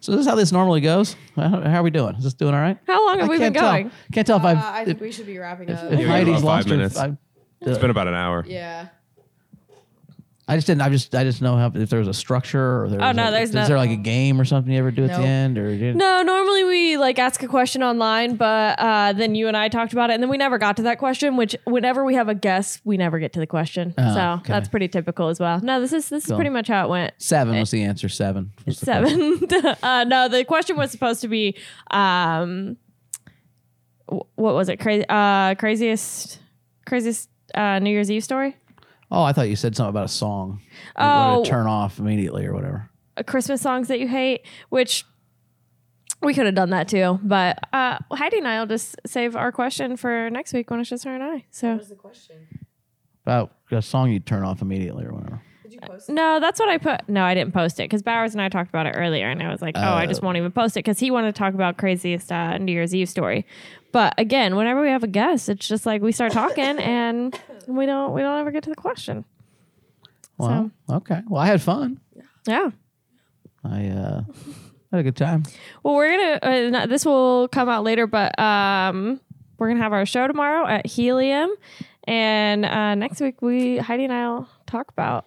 [SPEAKER 3] So this is how this normally goes. How how are we doing? Is this doing all right?
[SPEAKER 2] How long have
[SPEAKER 3] I
[SPEAKER 2] we been
[SPEAKER 3] can't tell.
[SPEAKER 2] going? Uh,
[SPEAKER 3] Can't tell if I've.
[SPEAKER 1] Uh, I
[SPEAKER 3] if,
[SPEAKER 1] think we should be wrapping up.
[SPEAKER 3] if
[SPEAKER 4] Yeah, we got
[SPEAKER 3] Heidi's
[SPEAKER 4] about five
[SPEAKER 3] lost her.
[SPEAKER 4] minutes.
[SPEAKER 3] I,
[SPEAKER 4] It's been about an hour.
[SPEAKER 1] yeah.
[SPEAKER 3] I just didn't. I just. I just know how if there was a structure or there.
[SPEAKER 2] Oh,
[SPEAKER 3] was
[SPEAKER 2] no,
[SPEAKER 3] a,
[SPEAKER 2] there's
[SPEAKER 3] is
[SPEAKER 2] no-
[SPEAKER 3] there like a game or something you ever do at
[SPEAKER 1] No.
[SPEAKER 3] the end or? You,
[SPEAKER 2] No, normally we like ask a question online, but uh, then you and I talked about it, and then we never got to that question. Which whenever we have a guest, we never get to the question. so
[SPEAKER 3] okay.
[SPEAKER 2] that's pretty typical as well. No, this is this
[SPEAKER 3] Cool.
[SPEAKER 2] is pretty much how it went.
[SPEAKER 3] Seven was the answer. Seven. was the question.
[SPEAKER 2] seven. <laughs> uh, no, the question was supposed to be, um, wh- what was it? Crazy, uh, craziest, craziest uh, New Year's Eve story.
[SPEAKER 3] Oh, I thought you said something about a song. You
[SPEAKER 2] Oh.
[SPEAKER 3] wanted to turn off immediately or whatever.
[SPEAKER 2] uh, Christmas songs that you hate, which we could have done that too. But uh, Heidi and I will just save our question for next week when it's just her and I. So
[SPEAKER 1] the question?
[SPEAKER 3] About a song you turn off immediately or whatever.
[SPEAKER 1] Did you <laughs> post
[SPEAKER 2] no, that's what I put. No, I didn't post it because Bowers and I talked about it earlier, and I was like, oh, I just won't even post it because he wanted to talk about craziest uh, New Year's Eve story. But again, whenever we have a guest, it's just like we start talking
[SPEAKER 3] <laughs>
[SPEAKER 2] and we don't we don't ever get to the question.
[SPEAKER 3] Well, okay. Well, I had fun.
[SPEAKER 2] Yeah.
[SPEAKER 3] I uh, had a good time.
[SPEAKER 2] Well, we're gonna. Uh, no- this will come out later, but um, we're gonna have our show tomorrow at Helium, and uh, next week we Heidi and I'll talk about.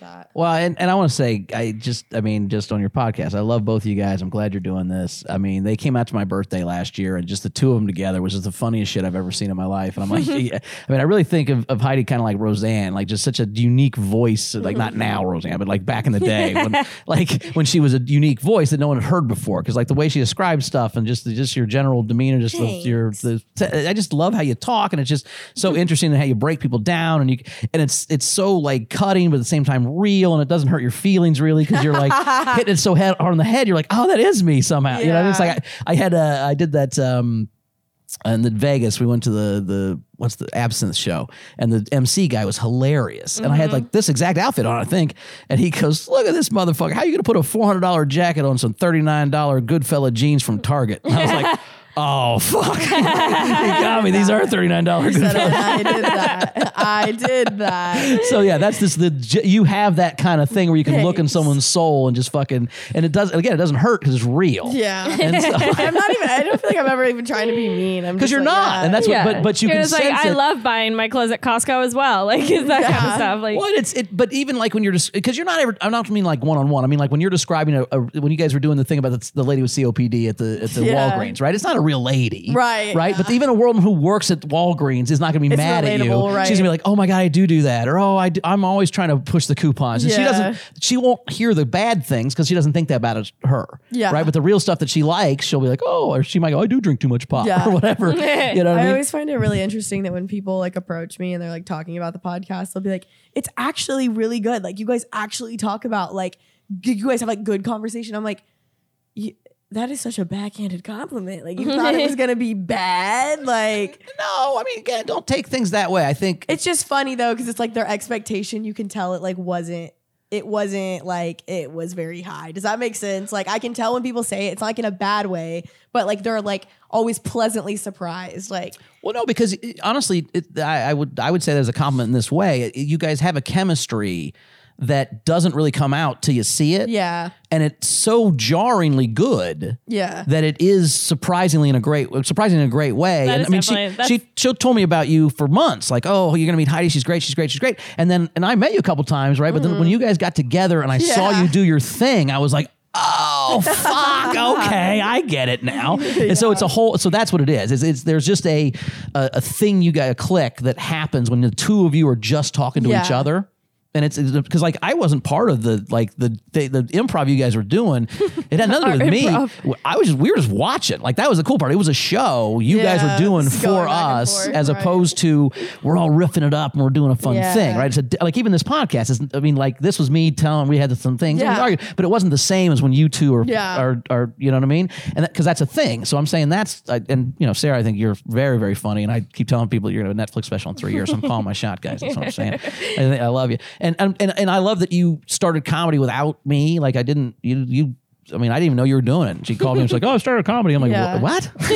[SPEAKER 1] that?
[SPEAKER 3] Well, and, and I want to say, I just, I mean, just on your podcast, I love both of you guys. I'm glad you're doing this. I mean, they came out to my birthday last year, and just the two of them together was just the funniest shit I've ever seen in my life. And I'm like, yeah. I mean, I really think of, of Heidi kind of like Roseanne, like just such a unique voice, like not now Roseanne, but like back in the day, when, like when she was a unique voice that no one had heard before. Because like the way she describes stuff and just just your general demeanor, just the, your, the, I just love how you talk, and it's just so interesting how you break people down, and you, and it's it's so like cutting, but at the same time real, and it doesn't hurt your feelings really because you're like hitting it so head on the head. You're like, oh, that is me somehow. You know, what I mean? it's
[SPEAKER 1] Yeah.
[SPEAKER 3] like I, I had uh, I did that. um and then Vegas, we went to the the what's the absinthe show, and the MC guy was hilarious. And I
[SPEAKER 2] Mm-hmm.
[SPEAKER 3] had like this exact outfit on, I think, and he goes, "Look at this motherfucker! How you gonna put a four hundred dollar jacket on some thirty nine dollar Goodfella jeans from Target?" And I was
[SPEAKER 2] <laughs>
[SPEAKER 3] like. Oh fuck! <laughs> he got me. These are thirty nine dollars.
[SPEAKER 1] I did that. <laughs> I did that.
[SPEAKER 3] So yeah, that's this. The you have that kind of thing where you can look in someone's soul and just fucking and it does. Again, it doesn't hurt because it's real.
[SPEAKER 1] Yeah.
[SPEAKER 3] And
[SPEAKER 1] <laughs>
[SPEAKER 3] so, <laughs>
[SPEAKER 1] I'm not even. I don't feel like I'm ever even trying to be mean. I'm
[SPEAKER 3] because
[SPEAKER 1] just
[SPEAKER 3] you're
[SPEAKER 1] like,
[SPEAKER 3] not,
[SPEAKER 1] yeah.
[SPEAKER 3] and that's what. But but you
[SPEAKER 2] It
[SPEAKER 3] can
[SPEAKER 2] was like
[SPEAKER 3] sense
[SPEAKER 2] I
[SPEAKER 3] it.
[SPEAKER 2] love buying my clothes at Costco as well. <laughs> Like is that kind of
[SPEAKER 1] Yeah.
[SPEAKER 2] stuff. Like
[SPEAKER 3] Well, it's it, but even like when you're just because you're not ever. I'm not mean like one on one. I mean like when you're describing a, a when you guys were doing the thing about the, the lady with COPD at the at the
[SPEAKER 1] Yeah.
[SPEAKER 3] Walgreens, right? It's not a real lady,
[SPEAKER 1] Right,
[SPEAKER 3] Right. But
[SPEAKER 1] yeah.
[SPEAKER 3] even a woman who works at Walgreens is not going to be mad at you.
[SPEAKER 1] relatable, right.
[SPEAKER 3] She's gonna be like, oh my god, I do do that, or oh, I do, I'm always trying to push the coupons. And she
[SPEAKER 1] Yeah.
[SPEAKER 3] doesn't. She won't hear the bad things because she doesn't think that about it, her.
[SPEAKER 1] Yeah.
[SPEAKER 3] Right. But the real stuff that she likes, she'll be like, oh, or she might go, I do drink too much pop
[SPEAKER 1] Yeah. <laughs>
[SPEAKER 3] or whatever. you know what I,
[SPEAKER 1] I
[SPEAKER 3] mean?
[SPEAKER 1] always find it really interesting that when people like approach me and they're like talking about the podcast, they'll be like, "It's actually really good. Like you guys actually talk about like g- you guys have like good conversation." I'm like, "You- "That is such a backhanded compliment.
[SPEAKER 3] <laughs>
[SPEAKER 1] Like you thought it was gonna be bad. Like
[SPEAKER 3] no, I mean, again, don't take things that way. I think
[SPEAKER 1] it's just funny though because it's like their expectation. You can tell it like wasn't." It wasn't like it was very high. Does that make sense? Like I can tell when people say it, it's not like in a bad way, but like they're like always pleasantly surprised. Like
[SPEAKER 3] Well, no, because it, honestly, it, I, I would I would say there's a compliment in this way. It- you guys have a chemistry that doesn't really come out till you see it,
[SPEAKER 1] yeah,
[SPEAKER 3] and it's so jarringly good
[SPEAKER 1] yeah.
[SPEAKER 3] that it is surprisingly in a great surprisingly in a great way.
[SPEAKER 2] That
[SPEAKER 3] and
[SPEAKER 2] is
[SPEAKER 3] I mean, she
[SPEAKER 2] definitely- that's-
[SPEAKER 3] she she told me about you for months, like, oh, you're gonna meet Heidi. She's great. She's great. She's great. And then and I met you a couple times, right? But then when
[SPEAKER 2] Mm-hmm.
[SPEAKER 3] you guys got together and I saw
[SPEAKER 1] Yeah.
[SPEAKER 3] you do your thing, I was like.
[SPEAKER 2] <laughs>
[SPEAKER 3] Oh fuck! Okay, I get it now. And so it's a whole. So that's what it is. It's, it's there's just a, a a thing you got a click that happens when the two of you are just talking to each
[SPEAKER 1] Yeah.
[SPEAKER 3] other, and it's because like I wasn't part of the like the the, the improv you guys were doing. It had
[SPEAKER 2] <laughs>
[SPEAKER 3] nothing to do with me.
[SPEAKER 2] improv.
[SPEAKER 3] I was just we were just watching. Like that was the cool part. It was a show you guys
[SPEAKER 1] Yeah,
[SPEAKER 3] were doing
[SPEAKER 1] just
[SPEAKER 3] for
[SPEAKER 1] going back and
[SPEAKER 3] us,
[SPEAKER 1] forth,
[SPEAKER 3] as
[SPEAKER 1] right.
[SPEAKER 3] opposed to we're all riffing it up and we're doing a fun
[SPEAKER 1] Yeah.
[SPEAKER 3] thing, right? It's a, like even this podcast. Is, I mean, like this was me telling we had some things, and we
[SPEAKER 1] Yeah.
[SPEAKER 3] argued, but it wasn't the same as when you two are
[SPEAKER 1] Yeah.
[SPEAKER 3] are, are you know what I mean? And because that's a thing. So I'm saying that's I, and you know Sarah, I think you're very very funny, and I keep telling people you're gonna have a Netflix special in three years. I'm calling my shot, guys. That's what I'm saying. I, think, I love you, and, and and and I love that you started comedy without me. Like I didn't you you. I mean, I didn't even know you were doing it. And she called me and was like, "Oh, I started comedy." I'm like,
[SPEAKER 1] Yeah.
[SPEAKER 3] "Wha- "What?" <laughs>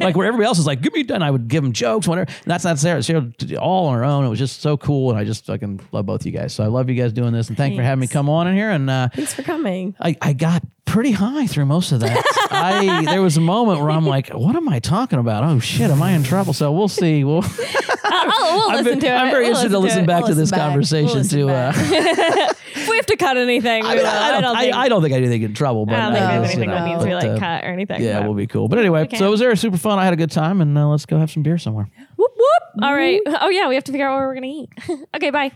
[SPEAKER 3] like where everybody else is like, "Give me," and I would give them jokes, whatever. And that's not Sarah. She did it all on her own. It was just so cool, and I just fucking love both you guys. So I love you guys doing this, and thank you for having me come on in here. And uh,
[SPEAKER 1] Thanks for coming.
[SPEAKER 3] I, I got pretty high through most of that.
[SPEAKER 2] <laughs>
[SPEAKER 3] I there was a moment where I'm like, what am I talking about? Oh shit, am I in trouble? So we'll see. We'll,
[SPEAKER 2] oh, we'll
[SPEAKER 3] I'm,
[SPEAKER 2] listen to
[SPEAKER 3] ve-
[SPEAKER 2] it.
[SPEAKER 3] I'm very
[SPEAKER 2] We'll
[SPEAKER 3] interested to listen
[SPEAKER 2] it.
[SPEAKER 3] back to
[SPEAKER 1] We'll
[SPEAKER 3] this
[SPEAKER 1] listen back.
[SPEAKER 3] conversation
[SPEAKER 1] We'll
[SPEAKER 3] too. Uh,
[SPEAKER 2] <laughs>
[SPEAKER 1] listen
[SPEAKER 2] If we have to cut anything,
[SPEAKER 3] I,
[SPEAKER 2] we
[SPEAKER 3] mean,
[SPEAKER 2] will.
[SPEAKER 3] I don't, I,
[SPEAKER 2] think,
[SPEAKER 3] I don't think I do anything in trouble, but
[SPEAKER 2] I don't think
[SPEAKER 3] uh,
[SPEAKER 2] there's
[SPEAKER 3] you
[SPEAKER 2] anything
[SPEAKER 3] know,
[SPEAKER 2] that needs to be
[SPEAKER 3] but,
[SPEAKER 2] like
[SPEAKER 3] uh,
[SPEAKER 2] cut or anything.
[SPEAKER 3] Yeah,
[SPEAKER 2] but-
[SPEAKER 3] we'll be cool. But anyway, so it was there super fun. I had a good time, and uh, let's go have some beer somewhere.
[SPEAKER 2] Whoop, whoop. All right. Oh yeah, we have to figure out what we're gonna eat. <laughs> okay, bye.